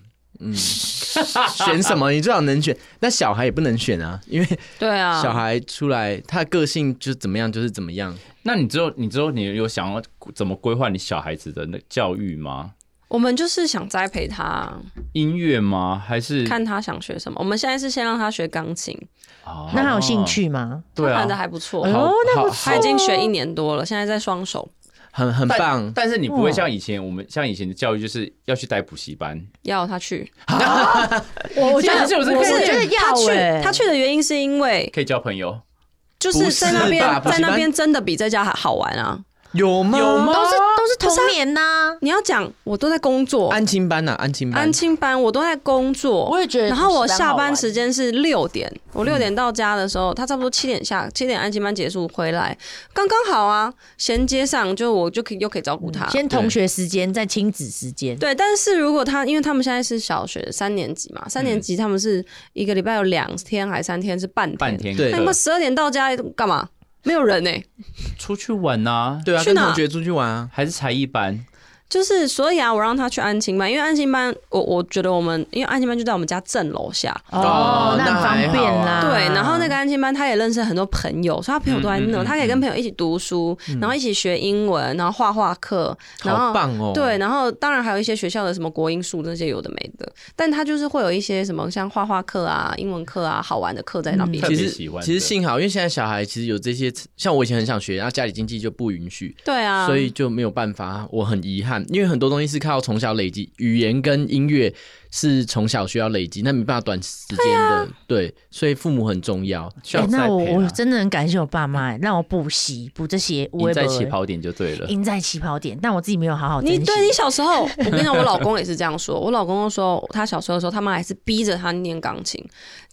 Speaker 7: 选什么？你最好能选。那小孩也不能选啊，因为
Speaker 6: 对啊，
Speaker 7: 小孩出来，他的个性就怎么样就是怎么样。
Speaker 4: 那你之后你之后你有想要怎么规划你小孩子的那教育吗？
Speaker 6: 我们就是想栽培他，
Speaker 4: 音乐吗？还是
Speaker 6: 看他想学什么。我们现在是先让他学钢琴，
Speaker 4: 哦
Speaker 5: 那他有兴？趣吗？
Speaker 4: 对啊
Speaker 6: 他弹的，还不错。
Speaker 5: 哎呦
Speaker 4: 好
Speaker 5: 那不
Speaker 4: 好
Speaker 6: 他已经学一年多了，现在在双手
Speaker 7: 很很
Speaker 4: 但
Speaker 7: 棒，
Speaker 4: 但是你不会像以前我们像以前的教育，就是要去带补习班。
Speaker 6: 要他去。
Speaker 5: 我我觉得
Speaker 4: 这样是不是
Speaker 5: 我
Speaker 6: 可是
Speaker 5: 我觉得
Speaker 6: 他
Speaker 5: 要哎
Speaker 6: 去，他去的原因是因为
Speaker 4: 可以交朋友，
Speaker 6: 就是在那边
Speaker 7: 不是吧
Speaker 6: 在那边真的比在家还好玩啊！
Speaker 7: 有吗？有吗？
Speaker 5: 都是都是童年呐。
Speaker 6: 你要讲我都在工作，
Speaker 7: 安亲班呐、啊安亲班
Speaker 6: 安，亲班我都在工作。
Speaker 5: 也觉
Speaker 6: 然后我下班时
Speaker 5: 间
Speaker 6: 间是六点，我六点到家的时候，他差不多七点下，七点安亲班结束回来，刚刚好啊，衔接上就我就可以又可以照顾他。
Speaker 5: 嗯先同学时间，再亲子时间。
Speaker 6: 对，但是如果他，因为他们现在是小学三年级嘛，三年级他们是一个礼拜有两天还三天是半天，
Speaker 4: 半天
Speaker 7: 对
Speaker 6: 那
Speaker 4: 课
Speaker 6: 你们十二点到家干嘛？没有人呢、欸
Speaker 4: 出去玩啊，
Speaker 7: 对啊，
Speaker 6: 去
Speaker 7: 跟
Speaker 6: 哪
Speaker 7: 同学出去玩啊。
Speaker 4: 还是才艺班，
Speaker 6: 就是所以啊，我让他去安亲班，因为安亲班，我我觉得我们因为安亲班就在我们家正楼下，
Speaker 4: 啊
Speaker 5: 哦，那
Speaker 7: 那
Speaker 5: 很
Speaker 7: 还
Speaker 5: 方
Speaker 7: 好
Speaker 5: 便啦。
Speaker 7: 啊
Speaker 6: 对，然后那个安亲班他也认识很多朋友，所以他朋友都在
Speaker 4: 嗯嗯
Speaker 6: 那，
Speaker 4: 嗯
Speaker 6: 他可以跟朋友一起读书，然后一起学英文，然后画画课，然
Speaker 7: 好
Speaker 6: 后。
Speaker 7: 棒哦。
Speaker 6: 对，，然后当然还有一些学校的什么国英数那些有的没的，但他就是会有一些什么像画画课啊、英文课啊、好玩的课在那
Speaker 4: 嗯
Speaker 6: 边。
Speaker 4: 特
Speaker 7: 其
Speaker 4: 别
Speaker 7: 实
Speaker 4: 喜欢
Speaker 7: 其实
Speaker 4: 的
Speaker 7: 幸好，因为现在小孩其实有这些，像我以前很想学，然后家里经济就不允许，
Speaker 6: 对
Speaker 5: 嗯
Speaker 6: 啊，
Speaker 7: 所以就没有办法，我很遗憾，因为很多东西是靠从小累积，语言跟音乐是从小需要累积，那没办法短时间
Speaker 5: 啊
Speaker 7: 的，对，所以父母很重要。
Speaker 4: 需
Speaker 5: 哎、
Speaker 4: 要
Speaker 5: 那
Speaker 4: 栽
Speaker 5: 我
Speaker 4: 培
Speaker 5: 我
Speaker 4: 啦，
Speaker 5: 真的很感谢我爸妈，让我补习补这些，我
Speaker 4: 赢
Speaker 5: 也
Speaker 4: 在
Speaker 5: 不
Speaker 4: 起跑点就对了。
Speaker 5: 赢在起跑点，但我自己没有好好珍惜。
Speaker 6: 你对你小 时候，我跟你讲，我老公也是这样说。我老公就说，他小时候的时候，他妈还是逼着他念钢琴，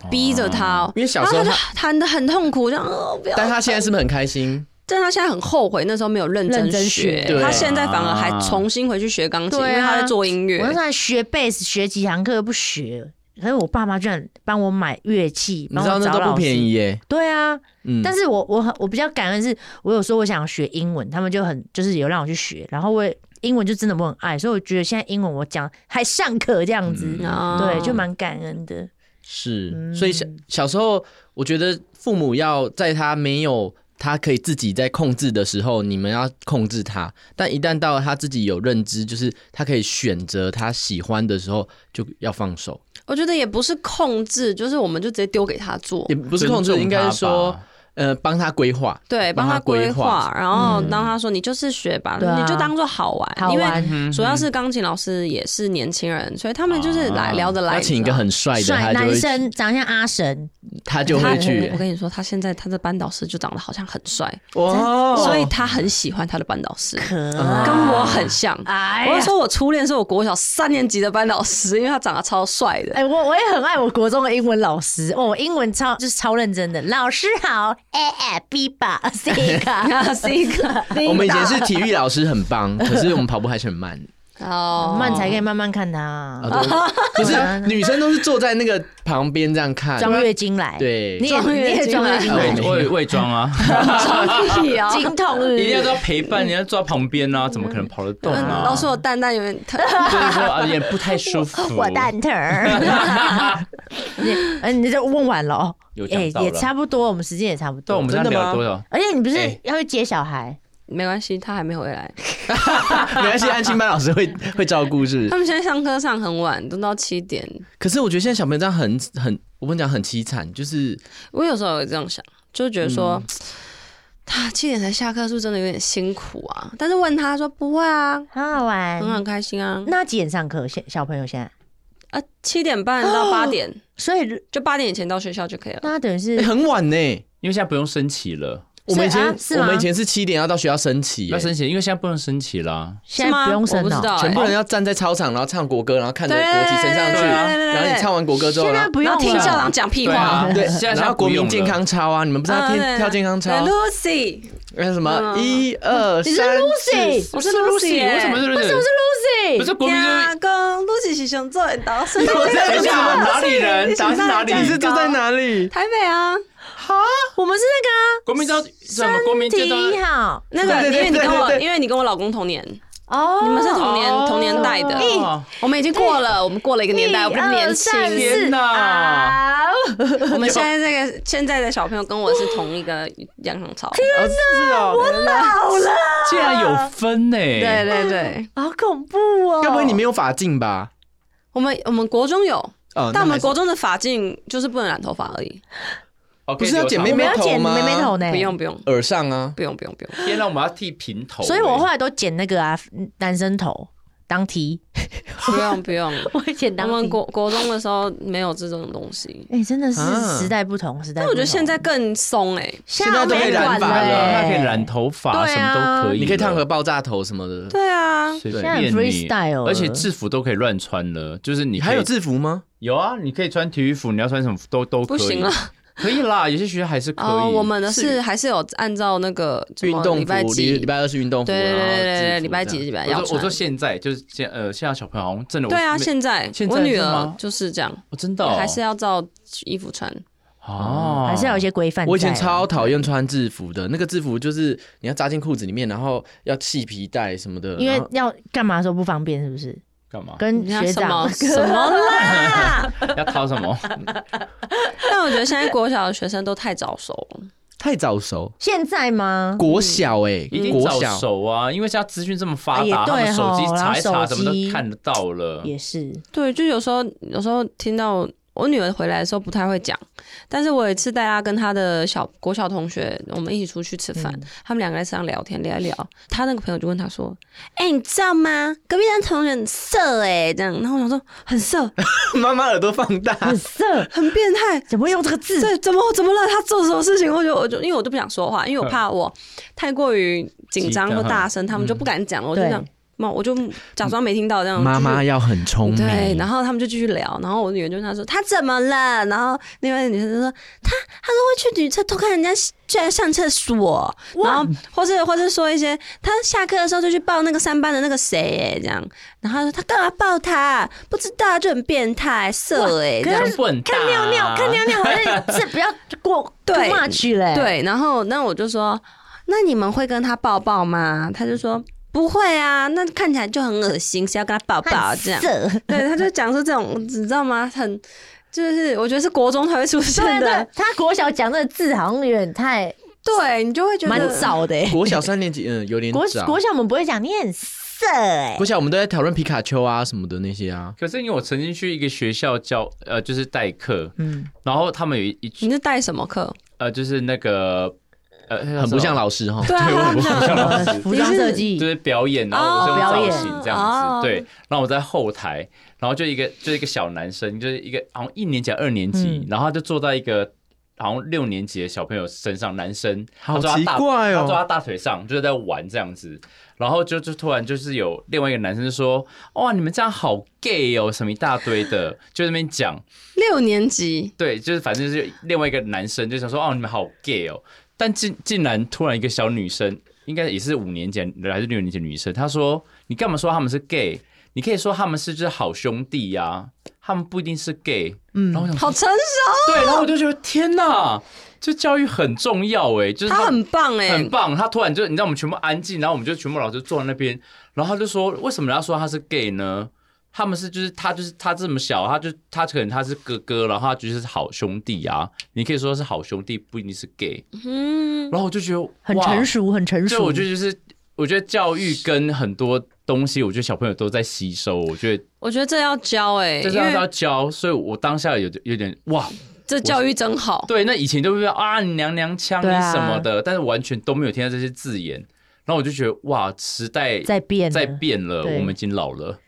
Speaker 6: 逼着他哦，
Speaker 7: 因为小
Speaker 6: 然
Speaker 7: 时
Speaker 6: 后
Speaker 7: 候
Speaker 6: 他就
Speaker 7: 他，
Speaker 6: 弹的很痛苦，这样哦不要。
Speaker 7: 但他现在是不是很开心？
Speaker 6: 但他现在很后悔那时候没有认
Speaker 5: 认真
Speaker 6: 学
Speaker 5: 学，
Speaker 7: 对
Speaker 6: 他现在反而还
Speaker 4: 啊
Speaker 6: 重新回去学钢琴，因
Speaker 5: 对啊
Speaker 6: 为他在做音乐
Speaker 5: 我。那时候还学贝斯，学几堂课又不学，可是我爸妈居然帮我买乐器，
Speaker 7: 你
Speaker 5: 帮
Speaker 7: 知道
Speaker 5: 我
Speaker 7: 那
Speaker 5: 找
Speaker 7: 都
Speaker 5: 老
Speaker 7: 不
Speaker 5: 师
Speaker 7: 便。宜耶，
Speaker 5: 对啊，
Speaker 7: 嗯，
Speaker 5: 但是我我很我比较感恩是，我有说我想学英文，他们就很就是有让我去学，然后我也英文就真的我很爱，所以我觉得现在英文我讲还上课这样子，
Speaker 6: 哦
Speaker 5: 对，就蛮感恩的。
Speaker 7: 是，
Speaker 5: 嗯
Speaker 7: 所以小小时候，我觉得父母要在他没有他可以自己在控制的时候，你们要控制他；但一旦到他自己有认知，就是他可以选择他喜欢的时候，就要放手，
Speaker 6: 我觉得也不是控制，就是我们就直接丢给他做
Speaker 7: 也，不是
Speaker 4: 尊
Speaker 7: 控制，
Speaker 4: 重
Speaker 7: 应该
Speaker 4: 他
Speaker 7: 是说
Speaker 4: 吧，
Speaker 7: 呃，帮他规划。
Speaker 6: 对，帮
Speaker 7: 帮他
Speaker 6: 他规
Speaker 7: 规划嗯
Speaker 6: 划，然后让他说你就是学吧，
Speaker 5: 对啊
Speaker 6: 你就当做好玩，
Speaker 5: 好
Speaker 6: 因为
Speaker 7: 嗯
Speaker 5: 玩，
Speaker 6: 主要是钢琴老师也是年轻人，所以他们就是来
Speaker 4: 啊
Speaker 6: 聊得来
Speaker 7: 要
Speaker 6: 的。
Speaker 7: 请一个很帅的，
Speaker 5: 帅
Speaker 7: 他就
Speaker 5: 男
Speaker 7: 会去
Speaker 5: 生长得像阿神，
Speaker 7: 他就会去
Speaker 6: 我。跟你说，他现在他的班导师就长得好像很帅，
Speaker 7: 哇
Speaker 6: 所以他很喜欢他的班导师，
Speaker 5: 哦可
Speaker 7: 啊
Speaker 6: 跟我很像。
Speaker 5: 哎
Speaker 6: 我
Speaker 5: 呀
Speaker 6: 是说我初恋是我国小三年级的班导师，因为他长得超帅的。
Speaker 5: 哎、我我也很爱我国中的英文老师，哦，我英文超就是超认真的。老师好，A 哎 A B 吧，C 个
Speaker 6: 是一个
Speaker 7: 我们以前是体育老师很棒，可是我们跑步还是很慢。
Speaker 6: 哦，
Speaker 5: 慢才可以慢慢看他、
Speaker 7: 啊对不是女生都是坐在那个旁边这样看，
Speaker 5: 装月经来，
Speaker 7: 对
Speaker 5: 你也
Speaker 6: 装
Speaker 5: 你
Speaker 6: 月
Speaker 5: 也
Speaker 6: 经
Speaker 5: 装月
Speaker 6: 来
Speaker 5: 经
Speaker 4: 啊
Speaker 5: 来，
Speaker 4: 我我伪装啊，
Speaker 6: 装屁啊！
Speaker 5: 经痛日
Speaker 4: 一定要都要陪伴，你要坐在旁边啊，怎么可能跑得动
Speaker 6: 嗯
Speaker 4: 啊？
Speaker 6: 老师，我蛋蛋有点疼。
Speaker 4: 就是说啊，也不太舒服。
Speaker 5: 我蛋疼儿，你嗯，你就问完了哦，
Speaker 4: 有讲
Speaker 5: 哎、
Speaker 4: 到了
Speaker 5: 也差不多，我们时间也差不
Speaker 4: 对，
Speaker 5: 多，
Speaker 4: 我们现在
Speaker 7: 真的
Speaker 4: 聊
Speaker 7: 吗
Speaker 4: 了多少？
Speaker 5: 而且你不是
Speaker 4: 哎
Speaker 5: 要去接小孩，
Speaker 6: 没关系，他还没回来。
Speaker 7: 没关系，安亲班老师会会照顾是不
Speaker 6: 他
Speaker 7: 是。
Speaker 6: 们现在上课上很晚，都到七点。
Speaker 7: 可是我觉得现在小朋友这样很很，我跟你讲很凄惨，就是
Speaker 6: 我有时候也这样想，就觉得
Speaker 5: 嗯
Speaker 6: 说，他七点才下课，是不是真的有点辛苦啊？但是问他说不会啊，
Speaker 5: 很好玩。
Speaker 6: 很很开心啊。
Speaker 5: 嗯那几点上课？现小朋友现在，
Speaker 6: 啊，七点半到
Speaker 5: 哦
Speaker 6: 八点，
Speaker 5: 所以
Speaker 6: 就八点以前到学校就可以了。
Speaker 5: 那等于是
Speaker 7: 欸很晚呢。
Speaker 4: 因为现在不用升旗了，
Speaker 7: 我们以前
Speaker 5: 啊是吗
Speaker 7: 我们以前是七点要到学校升旗
Speaker 4: 不要
Speaker 7: 耶，
Speaker 4: 升旗，因为现在不能升旗啦。
Speaker 5: 现在
Speaker 6: 是吗
Speaker 5: 不用
Speaker 6: 我
Speaker 5: 生
Speaker 6: 不知
Speaker 5: 了、
Speaker 6: 道、欸，
Speaker 7: 全部人要站在操场，然后唱国歌，然后看着国旗升上去，
Speaker 6: 对对对对对
Speaker 7: 然后你唱完国歌之后，
Speaker 5: 现在
Speaker 7: 然后
Speaker 5: 不
Speaker 6: 然
Speaker 5: 用
Speaker 6: 后听
Speaker 5: 了
Speaker 6: 校长讲屁
Speaker 4: 对
Speaker 6: 话
Speaker 4: 啊。
Speaker 7: 对，
Speaker 4: 现在现
Speaker 7: 然
Speaker 4: 在
Speaker 7: 后
Speaker 4: 不
Speaker 7: 国
Speaker 4: 用
Speaker 7: 民健
Speaker 4: 了
Speaker 7: 康操啊，你们不是要
Speaker 6: 嗯
Speaker 7: 跳跳健康操
Speaker 6: 对，Lucy，
Speaker 7: 那什么
Speaker 6: 嗯
Speaker 7: 一二
Speaker 5: 你是
Speaker 7: 三
Speaker 5: Lucy
Speaker 7: 四
Speaker 6: 我是 Lucy，耶
Speaker 4: 为什么是？为什么是？
Speaker 5: Lucy，
Speaker 4: 不是国民就是
Speaker 6: 天啊公，Lucy 是想做引导，所以
Speaker 7: 我在
Speaker 4: 等一下
Speaker 7: 想
Speaker 4: 哪里人？答案是哪里？
Speaker 7: 你是住在？哪里？
Speaker 6: 台北啊，
Speaker 5: 我们是
Speaker 4: 国民教什么？国
Speaker 5: 那
Speaker 4: 民
Speaker 5: 个
Speaker 4: 健康
Speaker 5: 啊，挺好
Speaker 6: 那个
Speaker 7: 对
Speaker 6: 因
Speaker 7: 对
Speaker 6: 为你跟
Speaker 7: 对
Speaker 6: 我，
Speaker 7: 对对
Speaker 6: 因为你跟我老公同年，
Speaker 5: 哦，
Speaker 6: 你们是同年
Speaker 4: 哦
Speaker 6: 同年代的，
Speaker 7: 哎哦
Speaker 6: 我们已经过了，我们过了一个年代，我们年轻。
Speaker 4: 天
Speaker 6: 啊
Speaker 4: 哪！
Speaker 6: 我们现在这个现在的小朋友跟我是同一个养成潮，
Speaker 7: 哦是哦，
Speaker 4: 竟然有分呢？
Speaker 6: 对对对，
Speaker 5: 好恐怖哦！
Speaker 7: 该不会你没有法镜吧？
Speaker 6: 我们我们国中有，
Speaker 7: 哦，那
Speaker 6: 但
Speaker 7: 还
Speaker 6: 我们
Speaker 7: 是
Speaker 6: 国中的发镜就是不能染头发而已，
Speaker 4: OK，
Speaker 7: 不是要剪妹
Speaker 5: 我
Speaker 7: 妹
Speaker 5: 们要
Speaker 7: 头
Speaker 5: 剪
Speaker 7: 吗
Speaker 5: 妹妹头呢？
Speaker 6: 不用。不用
Speaker 7: 耳上啊，
Speaker 6: 不用不用不用，
Speaker 4: 天哪，我们要剃平头欸。
Speaker 5: 所以我后来都剪那个啊，男生头当题，
Speaker 6: 不用不用。
Speaker 5: 我会剪
Speaker 6: 我
Speaker 5: 当
Speaker 6: 们
Speaker 5: 题。
Speaker 6: 国国中的时候没有这种东西，
Speaker 5: 哎、真的是
Speaker 7: 啊
Speaker 5: 时代不同，时代不同。
Speaker 6: 但我觉得现在更松哎、
Speaker 5: 现在
Speaker 7: 现在都可以染
Speaker 5: 没管
Speaker 7: 发
Speaker 5: 了
Speaker 7: 了
Speaker 4: 那
Speaker 5: 欸
Speaker 4: 可以染头发，
Speaker 5: 对
Speaker 4: 什么
Speaker 5: 啊
Speaker 4: 都可以了，
Speaker 7: 你可以烫个爆炸头什么的。
Speaker 6: 对啊，
Speaker 4: 随
Speaker 7: 现
Speaker 5: 在很
Speaker 4: 便你
Speaker 5: freestyle 了
Speaker 4: 而且制服都可以乱穿了，就是你
Speaker 7: 你
Speaker 4: 可以
Speaker 7: 还有制服吗？
Speaker 4: 有啊，你可以穿体育服，你要穿什么都都可以
Speaker 6: 不行啊，
Speaker 4: 可以啦，有些学校还是可以。
Speaker 6: 哦，我们的
Speaker 7: 是
Speaker 6: 是还是有按照那个什
Speaker 7: 运
Speaker 6: 么
Speaker 7: 动
Speaker 6: 礼拜
Speaker 7: 服，
Speaker 6: 几
Speaker 7: 礼礼拜二是运动服，
Speaker 6: 对对
Speaker 7: 然后
Speaker 6: 对对
Speaker 7: 制
Speaker 6: 对，
Speaker 7: 服
Speaker 6: 礼拜
Speaker 7: 这
Speaker 6: 几
Speaker 7: 样
Speaker 6: 礼拜
Speaker 4: 我
Speaker 6: 要
Speaker 4: 说我
Speaker 6: 穿
Speaker 4: 说。现在就是现呃，现在小朋友好像真的
Speaker 6: 对啊，
Speaker 4: 我没
Speaker 6: 现在
Speaker 4: 现在
Speaker 6: 我女
Speaker 4: 是
Speaker 6: 儿
Speaker 4: 吗
Speaker 6: 就是这样，
Speaker 4: 我真的哦
Speaker 6: 还是要照衣服穿。
Speaker 4: 哦，
Speaker 5: 还是要有一些规范在啊。
Speaker 7: 我以前超讨厌穿制服的，那个制服就是你要扎进裤子里面，然后要系皮带什么的，
Speaker 5: 因
Speaker 7: 然
Speaker 5: 为
Speaker 7: 后
Speaker 5: 要干嘛的时候不方便，是不是？
Speaker 4: 干嘛？
Speaker 5: 跟
Speaker 6: 嗯你要
Speaker 5: 学
Speaker 6: 什么
Speaker 5: 长
Speaker 6: 什么啦？
Speaker 4: 要掏什 么？
Speaker 6: 但我觉得现在国小的学生都太早熟了，
Speaker 7: 太早熟。
Speaker 5: 现在 吗？
Speaker 7: 国小哎、
Speaker 4: 一定
Speaker 7: 国
Speaker 4: 嗯早
Speaker 7: 小
Speaker 4: 熟啊，因为现在资讯这么发
Speaker 5: 哎也
Speaker 4: 达，他们
Speaker 5: 对
Speaker 4: 手
Speaker 5: 吼
Speaker 4: 机
Speaker 5: 然后
Speaker 4: 查一查
Speaker 5: 手
Speaker 4: 什么
Speaker 5: 机
Speaker 4: 都看得到了。
Speaker 5: 也是，
Speaker 6: 对，就有时候有时候听到我女儿回来的时候不太会讲，但是我有一次带她跟她的小国小同学，我们一起出去吃饭，他们两个在车上聊天聊一聊，她那个朋友就问她说：“哎、你知道吗？隔壁班同学很色哎、这样。”然后我想说很色，
Speaker 7: 妈妈耳朵放大，
Speaker 6: 啊
Speaker 5: 很色，
Speaker 6: 很变态，
Speaker 5: 怎么会用这个字？
Speaker 6: 对，怎么怎么了？他做什么事情？我就我就因为我都不想说话，因为我怕我太过于紧张或大声，他们就不敢讲了。我就
Speaker 5: 对
Speaker 6: 这样，那我就假装没听到这样。
Speaker 7: 妈妈要很聪
Speaker 6: 就是。
Speaker 7: 明。
Speaker 6: 嗯对，然后他们就继续聊，然后我女儿就问他说他怎么了，然后另外一个女生就说他他都会去女厕偷看人家居然上厕所，然后或是或是说一些他下课的时候就去抱那个三班的那个谁、欸、这样，然后他说他干嘛抱他，不知道就很变态色哎、欸，这样
Speaker 4: 胸部很大啊
Speaker 5: 看尿尿，看尿尿，好像这不要过 too
Speaker 6: 对
Speaker 5: much 嘞。，
Speaker 6: 对，然后那我就说，那你们会跟他抱抱吗？他就说不会啊，那看起来就很恶心，谁要跟他抱抱这样？
Speaker 5: 色。
Speaker 6: 对，他就讲出这种， 你知道吗？很就是我觉得是国中才会出现
Speaker 5: 对
Speaker 6: 的
Speaker 5: 对，，他国小讲这个字好像有点太
Speaker 6: 对你就会觉
Speaker 5: 蛮
Speaker 6: 得
Speaker 5: 早的欸。
Speaker 7: 国小三年级，嗯，有点
Speaker 5: 国
Speaker 7: 早。
Speaker 5: 国小我们不会讲你很色哎
Speaker 7: 国，小我们都在讨论皮卡丘啊什么的那些啊。
Speaker 4: 可是因为我曾经去一个学校教呃，就是代课，
Speaker 5: 嗯，
Speaker 4: 然后他们有一一句
Speaker 6: 你是带什么课？
Speaker 4: 呃，就是那个呃，很
Speaker 7: 很不像老师哈，
Speaker 6: 对啊，他们讲
Speaker 5: 呃服装设计
Speaker 4: 就是表演，然后我是用
Speaker 5: 哦表
Speaker 4: 造
Speaker 5: 演
Speaker 4: 型这样
Speaker 6: 哦
Speaker 4: 子，对。然后我在后台，然后就一个就是一个小男生，就是一个好像一年级、二年级
Speaker 5: 嗯，
Speaker 4: 然后他就坐在一个好像六年级的小朋友身上，男生，
Speaker 7: 好
Speaker 4: 他坐他大
Speaker 7: 奇怪哦
Speaker 4: 他坐他大腿上，就是在玩这样子。然后就就突然就是有另外一个男生就说：“哇，你们这样好 gay 哦，什么一大堆的，就在那边讲。”
Speaker 6: 六年级，
Speaker 4: 对，就是反正就是另外一个男生就想说，哦，你们好 gay 哦，但竟竟然突然一个小女生，应该也是五年前还是六年前的女生，她说，你干嘛说他们是 gay？你可以说他们是就是好兄弟呀、他们不一定是 gay。嗯，然后我想说
Speaker 6: 好成熟，
Speaker 4: 对，然后我就觉得天哪，这教育很重要哎，就是
Speaker 6: 他很棒哎、
Speaker 4: 很棒，他突然就你知道我们全部安静，然后我们就全部老师坐在那边，然后他就说为什么人家说他是 gay 呢？他们是就是他就是他这么小，他就他可能他是哥哥，然后他就是好兄弟啊，你可以说是好兄弟，不一定是 gay。
Speaker 6: 嗯，
Speaker 4: 然后我就觉得
Speaker 5: 很成，熟，很成
Speaker 4: 哇就
Speaker 5: 熟
Speaker 4: 我。觉得就是我觉得教育跟很多东西，我觉得小朋友都在吸收，我觉得
Speaker 6: 我觉得这要教哎、
Speaker 4: 这是
Speaker 6: 因
Speaker 4: 要
Speaker 6: 为
Speaker 4: 教，所以我当下有有点哇，
Speaker 6: 这教育真 好。
Speaker 4: 对，那以前都会说啊，你娘娘腔，你
Speaker 5: 对啊
Speaker 4: 什么的，但是完全都没有听到这些字眼。然后我就觉得哇，时代
Speaker 5: 在变了
Speaker 4: 在变了，
Speaker 5: 对
Speaker 4: 我们已经老了。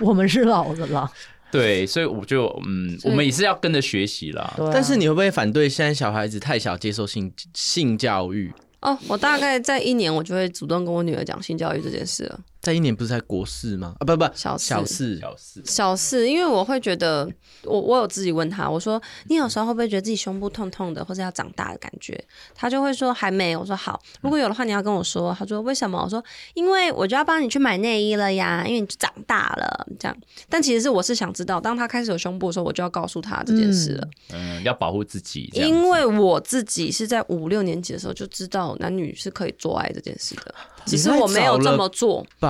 Speaker 5: 我们是老了啦，
Speaker 4: 对，所以我就嗯，我们也是要跟着学习啦。
Speaker 5: 对啊
Speaker 7: 但是你会不会反对现在小孩子太小接受性性教育？
Speaker 6: 哦，我大概在一年，我就会主动跟我女儿讲性教育这件事了。
Speaker 7: 在一年不是在国四吗？啊，不不，
Speaker 6: 小四
Speaker 7: 小四，
Speaker 4: 小四，
Speaker 6: 小事，因为我会觉得，我我有自己问他，我说你有时候会不会觉得自己胸部痛痛的，或者要长大的感觉？他就会说还没。我说好，如果有的话你要跟我说。他说为什么？我说因为我就要帮你去买内衣了呀，因为你就长大了这样。但其实是我是想知道，当他开始有胸部的时候，我就要告诉他这件事了，
Speaker 4: 嗯，要保护自己。这样
Speaker 6: 因为我自己是在五六年级的时候就知道男女是可以做爱这件事的，只是我没有这么做。
Speaker 7: 吧？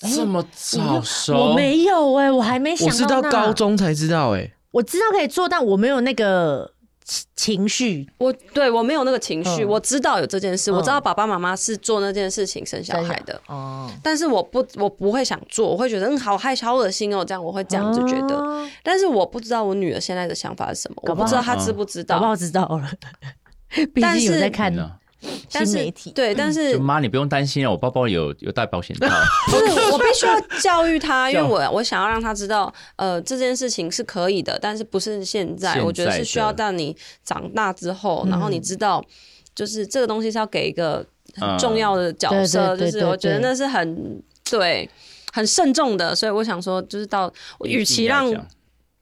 Speaker 4: 这么早熟，
Speaker 5: 我没有哎，我还没想
Speaker 7: 我是
Speaker 5: 到
Speaker 7: 到
Speaker 5: 那
Speaker 7: 高，中才知道，哎，
Speaker 5: 我知道可以做，但我没有那个情情绪
Speaker 6: 我对我没有那个情绪，
Speaker 5: 嗯
Speaker 6: 我知道有这件事，
Speaker 5: 嗯
Speaker 6: 我知道爸爸妈妈是做那件事情生小孩的，
Speaker 5: 哦，
Speaker 6: 但是我不我不会想做，我会觉得嗯好害羞，好恶心哦，这样我会这样子觉得，
Speaker 5: 哦
Speaker 6: 但是我不知道我女儿现在的想法是什么，
Speaker 5: 搞
Speaker 6: 我
Speaker 5: 不好嗯
Speaker 6: 不知道她知不知
Speaker 5: 搞不
Speaker 6: 道，
Speaker 5: 好知道了， 毕
Speaker 6: 但
Speaker 5: 竟有
Speaker 6: 是
Speaker 5: 在看
Speaker 4: 天哪
Speaker 6: 但
Speaker 5: 新
Speaker 6: 是
Speaker 5: 媒体，嗯
Speaker 6: 对，但是
Speaker 4: 就妈，你不用担心啊，我包包有有带保险套。
Speaker 6: 就是我必须要教育他，因为
Speaker 4: 教
Speaker 6: 我我想要让他知道，呃，这件事情是可以的，但是不是现在？
Speaker 4: 现在的
Speaker 6: 我觉得是需要到你长大之后，然后你知道，就是这个东西是要给一个很重要的角色，
Speaker 5: 嗯对对对
Speaker 6: 就是我觉得那是很对。很慎重的，所以我想说，就是到，与其让
Speaker 4: 一定要这样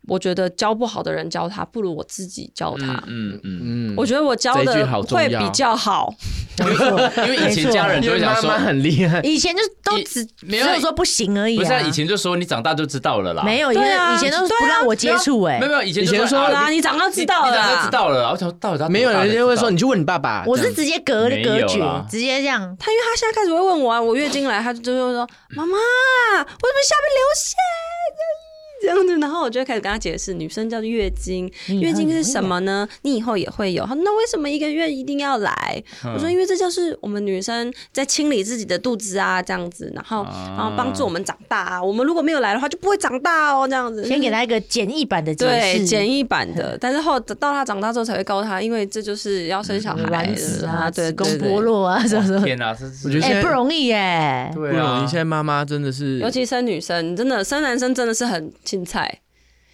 Speaker 6: 我觉得教不好的人教他，不如我自己教他。
Speaker 4: 嗯嗯，
Speaker 7: 嗯
Speaker 6: 我觉得我教
Speaker 7: 这一句
Speaker 6: 的
Speaker 7: 好重
Speaker 6: 会
Speaker 7: 要
Speaker 6: 比较好，
Speaker 5: 没 错，
Speaker 4: 因为以前家人
Speaker 7: 因
Speaker 4: 就
Speaker 7: 为
Speaker 4: 会讲
Speaker 7: 妈
Speaker 4: 说
Speaker 7: 妈，很厉害，
Speaker 5: 以前就都只
Speaker 4: 没
Speaker 5: 只
Speaker 4: 有
Speaker 5: 有说不行而已
Speaker 4: 不是啊
Speaker 5: 啊。
Speaker 4: 以前就说你长大就知道了啦，
Speaker 5: 没有，以
Speaker 6: 对啊
Speaker 5: 前以前都是不让我接触哎
Speaker 4: 没有，没有，以前
Speaker 7: 以前
Speaker 4: 就
Speaker 7: 说
Speaker 4: 啊
Speaker 6: 好啦，你长大知道
Speaker 4: 你
Speaker 6: 了
Speaker 4: 你长大
Speaker 6: 啦，
Speaker 4: 知道了啦。我想说到底他多大
Speaker 7: 没有人
Speaker 4: 才知
Speaker 7: 就
Speaker 4: 道
Speaker 7: 会说你去问你爸
Speaker 4: 啊
Speaker 7: 爸。
Speaker 5: 我是
Speaker 7: 这样
Speaker 5: 直接隔
Speaker 4: 没有
Speaker 5: 隔绝
Speaker 4: 啦，
Speaker 5: 直接这样。
Speaker 6: 他因为他现在开始会问我啊，我月经来，他就会说：“妈妈，我怎么下面流血？”这样子，然后我就会开始跟他解释，女生叫月经，
Speaker 5: 你以后
Speaker 6: 月经
Speaker 5: 也
Speaker 6: 是
Speaker 5: 会
Speaker 6: 什
Speaker 5: 嗯有
Speaker 6: 么呢？你以后也会有。他说那为什么一个月一定要来？
Speaker 5: 嗯
Speaker 6: 我说因为这就是我们女生在清理自己的肚子啊，这样子，然后然后帮助我们长大啊。我们如果没有来的话，就不会长大哦，这样子。
Speaker 5: 先给他一嗯个简易版的解
Speaker 6: 对
Speaker 5: 释，
Speaker 6: 简易版的，但是后到他长大之后才会告诉他，因为这就是要生小孩
Speaker 5: 卵子
Speaker 6: 了
Speaker 5: 啊，
Speaker 6: 对，
Speaker 5: 子宫
Speaker 6: 对对
Speaker 5: 剥落啊，什么 什么，
Speaker 4: 天哪，这是
Speaker 7: 我觉得现
Speaker 5: 哎，
Speaker 7: 在
Speaker 5: 不容易耶。
Speaker 7: 不
Speaker 4: 对
Speaker 7: 容
Speaker 4: 啊，
Speaker 7: 易，现在妈妈真的是，
Speaker 6: 尤其生女生，真的生男生真的是很青菜，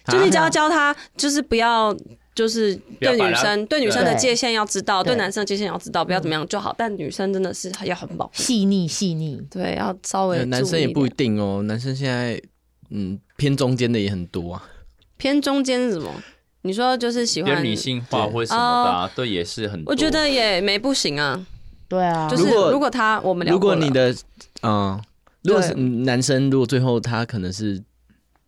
Speaker 7: 啊
Speaker 6: 就你只要教他，就是不要。就是
Speaker 4: 要
Speaker 6: 对
Speaker 4: 把
Speaker 6: 女
Speaker 4: 他
Speaker 6: 生对女生的
Speaker 5: 对
Speaker 6: 界限要知道，对
Speaker 5: 对
Speaker 6: 男生的界限要知道，不要怎么样就好。但女生真的是要很保护，
Speaker 5: 细腻细腻，
Speaker 6: 对，要稍微
Speaker 7: 呃男生也
Speaker 6: 注意
Speaker 7: 不一
Speaker 6: 点
Speaker 7: 定哦，男生现在嗯偏中间的也很多啊。
Speaker 6: 偏中间是什么？你说就是喜
Speaker 4: 有点
Speaker 6: 欢
Speaker 4: 迷信化或者什么的
Speaker 5: 哦
Speaker 4: 啊，对，也是很多。
Speaker 6: 我觉得也没不行啊。
Speaker 5: 对啊，
Speaker 6: 就是
Speaker 7: 如果
Speaker 6: 如果他我们聊
Speaker 7: 如
Speaker 6: 过
Speaker 7: 果
Speaker 6: 了
Speaker 7: 你的嗯，如果是
Speaker 6: 对
Speaker 7: 嗯男生，如果最后他可能是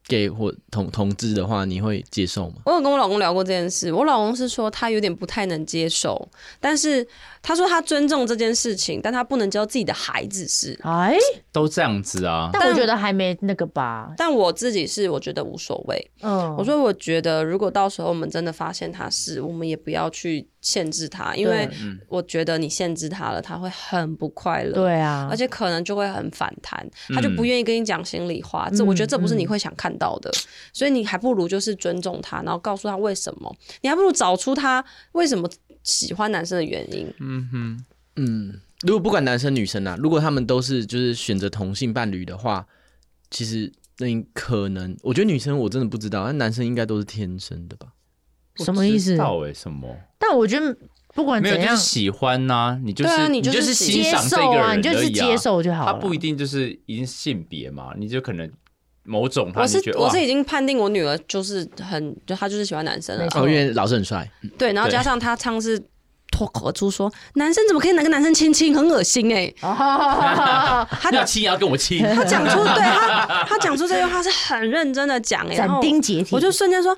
Speaker 7: gay 或同同志的话，你会接受吗？
Speaker 6: 我有跟我老公聊过这件事，我老公是说他有点不太能接受，但是他说他尊重这件事情，但他不能教自己的孩子是。
Speaker 5: 哎，
Speaker 4: 都这样子啊，
Speaker 5: 但我觉得还没那个吧，
Speaker 6: 但我自己是我觉得无所谓，
Speaker 5: 嗯，
Speaker 6: 我说我觉得如果到时候我们真的发现他是，我们也不要去限制他，因为
Speaker 5: 对
Speaker 4: 嗯
Speaker 6: 我觉得你限制他了，他会很不快乐。。
Speaker 5: 对啊，
Speaker 6: 而且可能就会很反弹，他就不愿意跟你讲心里话。这
Speaker 5: 嗯
Speaker 6: 我觉得这不是你会想看到的，所以你还不如就是尊重他，然后告诉他为什么，你还不如找出他为什么喜欢男生的原因。
Speaker 4: 嗯哼，
Speaker 7: 嗯，如果不管男生女生啊，如果他们都是就是选择同性伴侣的话，其实那你可能我觉得女生我真的不知道，但男生应该都是天生的吧？
Speaker 5: 什么意思？
Speaker 4: 到哎，什么
Speaker 5: 但我觉得不管
Speaker 4: 没有
Speaker 5: 怎
Speaker 4: 就
Speaker 5: 样
Speaker 4: 是，喜欢呐，你就
Speaker 6: 对啊
Speaker 4: 是
Speaker 6: 你
Speaker 4: 就
Speaker 6: 就是是
Speaker 4: 欣
Speaker 5: 接
Speaker 4: 赏这
Speaker 5: 受
Speaker 4: 个
Speaker 5: 啊，
Speaker 4: 人
Speaker 5: 你就
Speaker 4: 而
Speaker 5: 是
Speaker 4: 已
Speaker 5: 接
Speaker 4: 啊，
Speaker 5: 受就好
Speaker 4: 他
Speaker 5: 了。
Speaker 4: 不一定就是一定是性别嘛，你就可能某种他
Speaker 6: 我
Speaker 4: 你
Speaker 6: 是
Speaker 4: 觉得
Speaker 6: 我
Speaker 4: 哇
Speaker 6: 是已经判定我女儿就是很就她就是喜欢男生了
Speaker 5: 没，错
Speaker 7: 哦，因为老师很帅，
Speaker 6: 对，然后加上她上次脱口而出说男生怎么可以跟男生亲亲，很恶心 哎、
Speaker 5: 哦
Speaker 4: 他要亲也啊要跟我亲，
Speaker 6: 他讲出对他，他讲出这句话是很认真的讲、欸，然
Speaker 5: 斩
Speaker 6: 后
Speaker 5: 钉截铁，
Speaker 6: 我就瞬间说。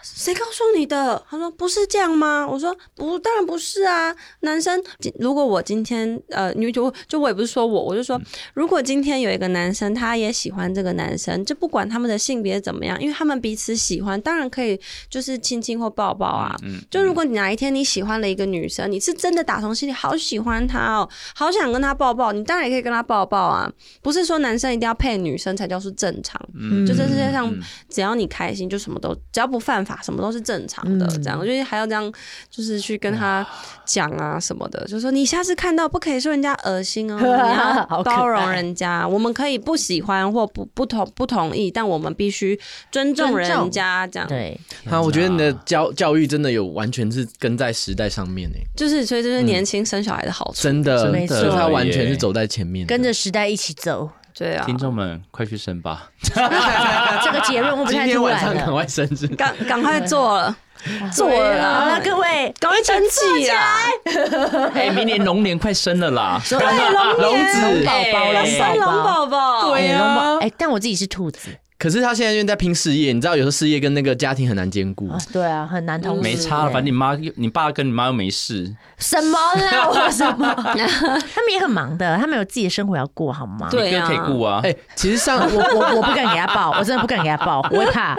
Speaker 6: 谁告诉你的？他说不是这样吗？我说不，当然不是啊。男生，今如果我今天呃，女主就我也不是说我，我就
Speaker 4: 嗯
Speaker 6: 说，如果今天有一个男生，他也喜欢这个男生，就不管他们的性别怎么样，因为他们彼此喜欢，当然可以就是亲亲或抱抱啊。
Speaker 4: 嗯，
Speaker 6: 就如果你哪一天你喜欢了一个女生，你是真的打从心里好喜欢她哦，好想跟她抱抱，你当然也可以跟她抱抱啊。不是说男生一定要配女生才叫是正常，
Speaker 4: 嗯
Speaker 6: 就这世界上
Speaker 4: 嗯
Speaker 6: 只要你开心，就什么都只要不犯法，什么都是正常的。
Speaker 5: 嗯
Speaker 6: 这样，我觉得还要这样，就是去跟他讲啊什么的，就说你下次看到不可以说人家 恶心哦，你
Speaker 5: 好
Speaker 6: 要
Speaker 5: 可爱
Speaker 6: 包容人家。我们可以不喜欢或不不同不同意，但我们必须尊重
Speaker 5: 尊重
Speaker 6: 人家。这
Speaker 5: 嗯
Speaker 6: 样，
Speaker 5: 对，
Speaker 7: 啊，我觉得你的教教育真的有完全是跟在时代上面欸诶、
Speaker 6: 就是所以这就是年轻生小孩的好处。
Speaker 7: 真的，
Speaker 5: 没错
Speaker 7: 就是他完全是走在前面的，
Speaker 5: 跟着时代一起 走。
Speaker 6: 对啊，
Speaker 4: 听众们快去生吧，
Speaker 5: 这个结论会不会
Speaker 7: 今
Speaker 5: 太
Speaker 7: 天
Speaker 5: 突
Speaker 7: 晚
Speaker 5: 然
Speaker 7: 上赶
Speaker 5: 了？
Speaker 7: 快 生日，
Speaker 6: 赶赶快做了，做了
Speaker 5: 好
Speaker 6: 啦
Speaker 5: 了，，各位，
Speaker 6: 赶快登记啊！
Speaker 4: 哎，明年龙年快生了啦， 哎
Speaker 6: 龙
Speaker 5: 哎龙
Speaker 6: 年
Speaker 5: 宝宝，龙
Speaker 6: 哎生龙
Speaker 5: 宝宝，
Speaker 6: 宝宝，
Speaker 5: 对呀，
Speaker 6: 啊
Speaker 5: 哎，但我自己是兔子
Speaker 7: 可是他现在因为在拼事业，你知道，有时候事业跟那个家庭很难兼顾。
Speaker 5: 啊，对啊，很难同时。
Speaker 4: 没差了，
Speaker 5: 对
Speaker 4: 反正你妈你爸跟你妈又没事，
Speaker 5: 什么啦，我什 么？他们也很忙的，他们有自己的生活要过，好吗？
Speaker 6: 对
Speaker 4: 又
Speaker 6: 啊
Speaker 4: 可以顾啊，
Speaker 7: 哎、其实上
Speaker 5: 我我我不敢给他抱， 我真的不敢给他抱，我会怕。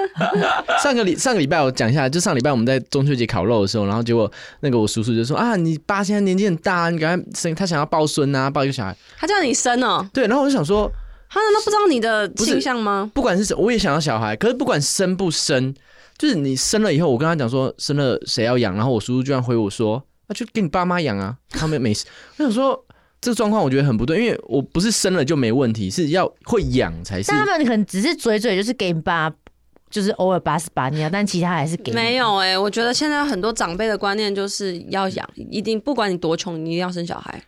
Speaker 7: 上个礼上个礼拜我讲一下，就上礼拜我们在中秋节烤肉的时候，然后结果那个我叔叔就说啊，你爸现在年纪很大，啊你赶快生，他想要抱孙啊，抱一个小孩。
Speaker 6: 他叫你生哦，
Speaker 7: 对，然后我就想说，
Speaker 6: 他难道不知道你的
Speaker 7: 是
Speaker 6: 倾向吗？
Speaker 7: 不管是谁我也想要小孩，可是不管生不生，就是你生了以后，我跟他讲说生了谁要养，然后我叔叔居然回我说，那、就给你爸妈养啊， 他们没事。我想说这个状况我觉得很不对，因为我不是生了就没问题，是要会养才是
Speaker 5: 但。他们可能只是嘴嘴，就是给你爸，就是偶尔把屎把尿，但其他还是给你
Speaker 6: 没。有哎、我觉得现在很多长辈的观念就是要养，一定不管你多穷，你一定要生小孩，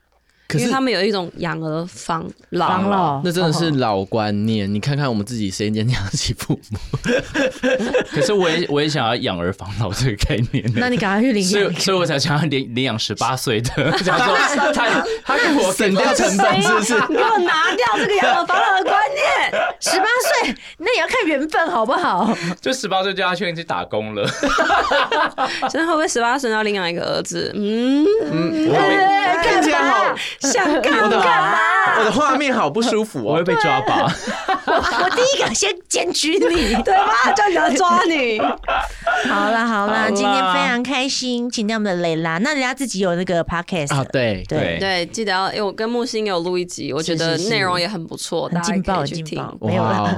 Speaker 7: 可
Speaker 6: 因
Speaker 7: 是
Speaker 6: 为他们有一种养儿防老。
Speaker 5: 防老，
Speaker 7: 那真的是老观念。你看看我们自己谁能养得起父母？
Speaker 4: 可是我也我也想要养儿防老这个概念呢。
Speaker 5: 那你赶快去领
Speaker 4: 所以，
Speaker 5: 养。
Speaker 4: 所以我才想要领领养十八岁的， 想说他他给我
Speaker 7: 省掉
Speaker 5: 啊
Speaker 7: 成本是不是？
Speaker 6: 你给我拿掉这个养儿防老的观念！
Speaker 5: 十八岁，那也要看缘分好不 好？
Speaker 4: 就十八岁就要确定去打工了。
Speaker 6: 现在会不会十八岁然后领养一个儿子？嗯，
Speaker 7: 我更加好，
Speaker 6: 想干
Speaker 7: 我的
Speaker 6: 嘛？
Speaker 7: 我的画面好不舒服
Speaker 4: 我会
Speaker 7: 哦。
Speaker 4: 被抓吧？
Speaker 5: 我第一个先检举你。
Speaker 6: 对吧？叫人家抓你。
Speaker 5: 好啦好
Speaker 4: 好
Speaker 5: 啦，
Speaker 4: 啦
Speaker 5: 今天非常开心，请到我们的蕾拉。那蕾拉自己有那个 podcast，、
Speaker 7: 啊，对，
Speaker 5: 对，
Speaker 6: 对，记得要，因为我跟木星有录一集，我觉得
Speaker 5: 是是是
Speaker 6: 内容也很不错，
Speaker 5: 很
Speaker 6: 大家
Speaker 5: 劲爆，
Speaker 6: 可以
Speaker 5: 很
Speaker 6: 去
Speaker 5: 劲
Speaker 6: 听。
Speaker 5: 爆，没有
Speaker 7: 哇
Speaker 5: 了，
Speaker 7: 哦，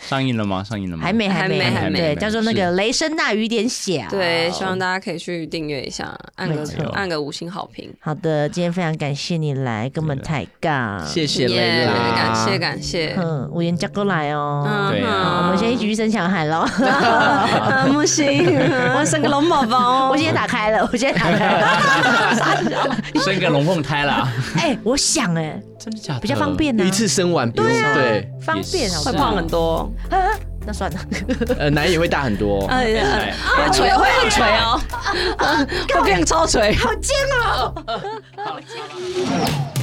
Speaker 4: 上映了吗？上映了吗？
Speaker 5: 还没
Speaker 6: 还
Speaker 5: 没
Speaker 6: 没
Speaker 4: 还没
Speaker 5: 对，
Speaker 4: 还没
Speaker 5: 叫做那个雷声大雨点小。
Speaker 6: 对，希望大家可以去订阅一下，按
Speaker 5: 没
Speaker 6: 个
Speaker 5: 错
Speaker 6: 按个五星好评。
Speaker 5: 好的，今天非常感谢你来跟我们抬杠，
Speaker 7: 谢谢蕾
Speaker 6: 耶，
Speaker 7: 拉，
Speaker 6: 感谢感谢。
Speaker 5: 嗯，五言叫过来哦。
Speaker 6: 嗯
Speaker 4: 对啊
Speaker 5: 我们先一起去生小孩喽！
Speaker 6: 啊， 木星，我生个龙宝宝
Speaker 5: 我
Speaker 6: 哦。
Speaker 5: 现在打开了，我现在打开了。
Speaker 4: 生个龙凤胎啦，
Speaker 5: 哎、我想哎、
Speaker 4: 真的假的？
Speaker 5: 比较方，便呢、
Speaker 7: 嗯一次生完不用对，
Speaker 5: 方便好
Speaker 6: 会
Speaker 5: 不好？
Speaker 6: 胖很多，
Speaker 5: 那算了，
Speaker 7: 呃，奶也会大很多。
Speaker 6: 呃，
Speaker 4: 嗯哎
Speaker 6: 会垂会很垂 哦，会变超垂。
Speaker 5: 好贱哦、